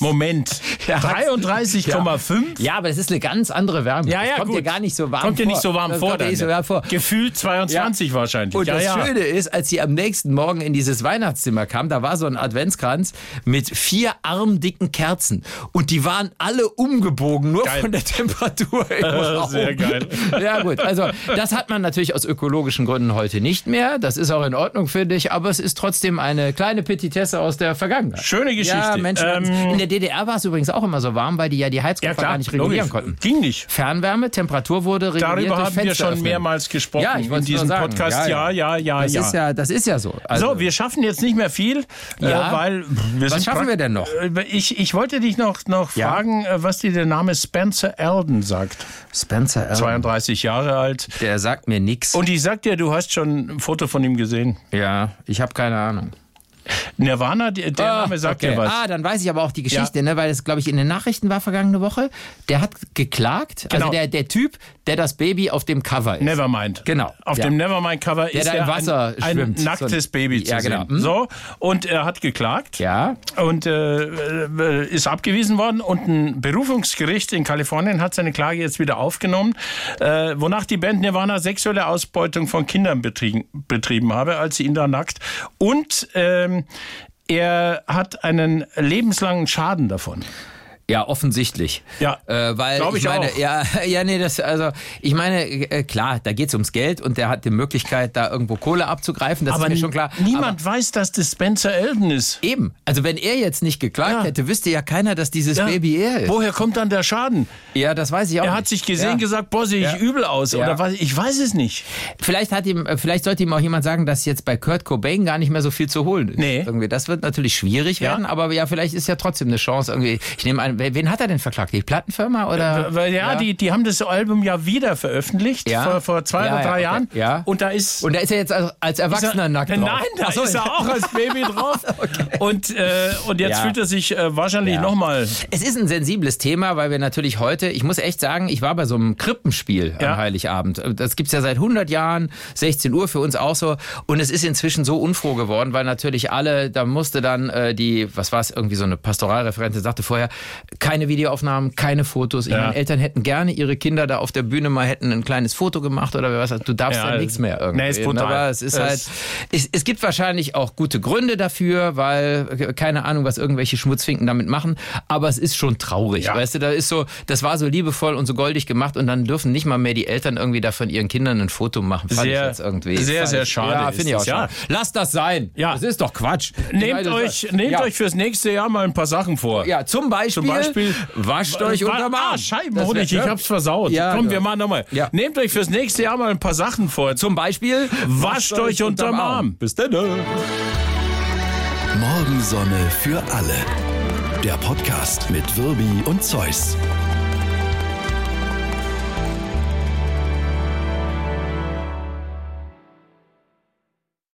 Speaker 3: Moment.
Speaker 2: Ja.
Speaker 3: 33,5?
Speaker 2: Ja, aber das ist eine ganz andere Wärme.
Speaker 3: Ja, ja,
Speaker 2: das kommt
Speaker 3: gut.
Speaker 2: dir gar nicht so warm
Speaker 3: Kommt dir
Speaker 2: vor.
Speaker 3: nicht so warm
Speaker 2: das
Speaker 3: vor.
Speaker 2: Kommt dir
Speaker 3: dann.
Speaker 2: nicht so warm vor.
Speaker 3: Gefühlt 22 wahrscheinlich.
Speaker 2: Und
Speaker 3: ja,
Speaker 2: das
Speaker 3: ja.
Speaker 2: Schöne ist, als sie am nächsten Morgen in dieses Weihnachtszimmer kam, da war so ein Adventskranz mit vier armdicken Kerzen. Und die waren alle umgebogen, nur
Speaker 3: Geil.
Speaker 2: von der Temperatur im Raum.
Speaker 3: sehr geil.
Speaker 2: Ja gut, also das hat man natürlich aus ökologischen Gründen heute nicht mehr. Das ist auch in Ordnung, finde ich. Aber es ist trotzdem eine kleine Petitesse aus der Vergangenheit.
Speaker 3: Schöne Geschichte.
Speaker 2: Ja, Mensch,
Speaker 3: Ähm,
Speaker 2: in der DDR war es übrigens auch immer so warm, weil die ja die die Heizkörper gar nicht regulieren konnten.
Speaker 3: Ging nicht.
Speaker 2: Fernwärme, Temperatur wurde reguliert
Speaker 3: Darüber
Speaker 2: durch
Speaker 3: haben wir schon
Speaker 2: Fensteröffnen.
Speaker 3: mehrmals gesprochen
Speaker 2: Ja, ich
Speaker 3: in
Speaker 2: wollt's nur
Speaker 3: diesem
Speaker 2: sagen.
Speaker 3: Podcast.
Speaker 2: Ja,
Speaker 3: Ja, ja, ja,
Speaker 2: Das
Speaker 3: ja.
Speaker 2: ist ja, das ist ja so. Also,
Speaker 3: so, wir schaffen jetzt nicht mehr viel,
Speaker 2: Ja.
Speaker 3: äh, weil wir
Speaker 2: was
Speaker 3: sind
Speaker 2: schaffen
Speaker 3: prak-
Speaker 2: wir denn noch?
Speaker 3: Äh, Ich, ich wollte dich noch, noch
Speaker 2: Ja.
Speaker 3: fragen, äh, was dir der Name Spencer Elden sagt.
Speaker 2: Spencer Elm,
Speaker 3: 32 Jahre alt.
Speaker 2: der sagt mir nichts.
Speaker 3: Und ich sag dir, du hast schon ein Foto von ihm gesehen.
Speaker 2: Ja, ich habe keine Ahnung.
Speaker 3: Nirvana, der, der Name sagt
Speaker 2: okay.
Speaker 3: dir was.
Speaker 2: Ah, dann weiß ich aber auch die Geschichte, ne, weil das, glaube ich, in den Nachrichten war vergangene Woche. Der hat geklagt, also
Speaker 3: Genau.
Speaker 2: der, der Typ, der das Baby auf dem Cover ist.
Speaker 3: Nevermind.
Speaker 2: Genau,
Speaker 3: Auf
Speaker 2: ja.
Speaker 3: dem Nevermind-Cover ist
Speaker 2: da im
Speaker 3: ja
Speaker 2: Wasser
Speaker 3: ein, ein
Speaker 2: schwimmt.
Speaker 3: nacktes
Speaker 2: So ein-
Speaker 3: Baby zu
Speaker 2: Ja, genau.
Speaker 3: sehen.
Speaker 2: Hm?
Speaker 3: So, und er hat geklagt.
Speaker 2: Ja,
Speaker 3: und äh, äh, ist abgewiesen worden. Und ein Berufungsgericht in Kalifornien hat seine Klage jetzt wieder aufgenommen, äh, wonach die Band Nirvana sexuelle Ausbeutung von Kindern betrieben, betrieben habe, als sie ihn da nackt. Und ähm, er hat einen lebenslangen Schaden davon.
Speaker 2: ja, offensichtlich.
Speaker 3: Ja,
Speaker 2: Äh, weil
Speaker 3: glaub
Speaker 2: ich,
Speaker 3: ich
Speaker 2: meine,
Speaker 3: auch.
Speaker 2: ja, ja, nee, das, also ich meine, äh, klar, da geht's ums Geld und der hat die Möglichkeit, da irgendwo Kohle abzugreifen, das ist mir schon klar.
Speaker 3: niemand weiß, dass das Spencer Elden ist.
Speaker 2: Aber eben, also wenn er jetzt nicht geklagt
Speaker 3: Ja.
Speaker 2: hätte, wüsste ja keiner, dass dieses
Speaker 3: Ja.
Speaker 2: Baby er ist.
Speaker 3: Woher kommt dann der Schaden?
Speaker 2: Ja, das weiß ich auch.
Speaker 3: Er
Speaker 2: nicht.
Speaker 3: hat sich gesehen,
Speaker 2: ja.
Speaker 3: gesagt, boah, sehe ich
Speaker 2: Ja.
Speaker 3: übel aus.
Speaker 2: Ja.
Speaker 3: Oder was? Ich weiß es nicht.
Speaker 2: Vielleicht, hat ihm, äh, vielleicht sollte ihm auch jemand sagen, dass jetzt bei Kurt Cobain gar nicht mehr so viel zu holen ist.
Speaker 3: Nee.
Speaker 2: Irgendwie, das wird natürlich schwierig werden, aber ja, vielleicht ist ja trotzdem eine Chance. Irgendwie. Ich nehme an, wen wen hat er denn verklagt? Die Plattenfirma oder?
Speaker 3: Äh, Weil ja, Die, die haben das Album ja wieder veröffentlicht
Speaker 2: Ja.
Speaker 3: vor, vor zwei
Speaker 2: Ja,
Speaker 3: oder
Speaker 2: ja,
Speaker 3: drei
Speaker 2: okay.
Speaker 3: Jahren.
Speaker 2: Ja.
Speaker 3: Und da ist.
Speaker 2: Und da ist er jetzt als, als Erwachsener nackt drauf.
Speaker 3: Nein, da
Speaker 2: Ach so,
Speaker 3: ist er
Speaker 2: ja.
Speaker 3: auch als Baby drauf. und, äh, und jetzt
Speaker 2: Ja.
Speaker 3: fühlt er sich äh, wahrscheinlich
Speaker 2: Ja.
Speaker 3: nochmal.
Speaker 2: Es ist ein sensibles Thema, weil wir natürlich heute, ich muss echt sagen, ich war bei so einem Krippenspiel
Speaker 3: Ja.
Speaker 2: am Heiligabend. Das gibt's ja seit 100 Jahren, 16 Uhr für uns auch so. Und es ist inzwischen so unfroh geworden, weil natürlich alle, da musste dann äh, die, was war's, irgendwie so eine Pastoralreferentin sagte vorher, keine Videoaufnahmen, keine Fotos. Ich
Speaker 3: Ja.
Speaker 2: meine, Eltern hätten gerne ihre Kinder da auf der Bühne mal hätten ein kleines Foto gemacht oder wer weiß, du darfst
Speaker 3: Ja,
Speaker 2: ja, nichts mehr irgendwie. ne?
Speaker 3: nee, ist brutal.
Speaker 2: Aber es ist
Speaker 3: Es-
Speaker 2: halt, es, es gibt wahrscheinlich auch gute Gründe dafür, weil äh, keine Ahnung, was irgendwelche Schmutzfinken damit machen. Aber es ist schon traurig.
Speaker 3: Ja.
Speaker 2: Weißt du, da ist so, das war so liebevoll und so goldig gemacht und dann dürfen nicht mal mehr die Eltern irgendwie da von ihren Kindern ein Foto machen. Fand
Speaker 3: Sehr-
Speaker 2: ich jetzt irgendwie.
Speaker 3: sehr,
Speaker 2: Fand
Speaker 3: sehr
Speaker 2: ich-
Speaker 3: schade
Speaker 2: Ja,
Speaker 3: ist
Speaker 2: finde ich auch
Speaker 3: es, ja.
Speaker 2: schade. Lasst das sein.
Speaker 3: Ja.
Speaker 2: Das ist doch Quatsch.
Speaker 3: Nehmt
Speaker 2: Ich meine, das-
Speaker 3: euch, nehmt
Speaker 2: ja.
Speaker 3: euch fürs nächste Jahr mal ein paar Sachen vor.
Speaker 2: Ja, zum Beispiel,
Speaker 3: Zum Beispiel
Speaker 2: wascht euch
Speaker 3: Wa-
Speaker 2: unterm Arm.
Speaker 3: Ah,
Speaker 2: Das wär-
Speaker 3: Scheibenhonig, ich
Speaker 2: ja.
Speaker 3: hab's versaut.
Speaker 2: Ja,
Speaker 3: Komm,
Speaker 2: ja.
Speaker 3: wir machen nochmal.
Speaker 2: Ja.
Speaker 3: Nehmt euch fürs nächste Jahr mal ein paar Sachen vor.
Speaker 2: Zum Beispiel,
Speaker 3: Wascht euch unterm Arm.
Speaker 2: Bis dann. ne?
Speaker 1: Morgensonne für alle. Der Podcast mit Wirbi und Zeus.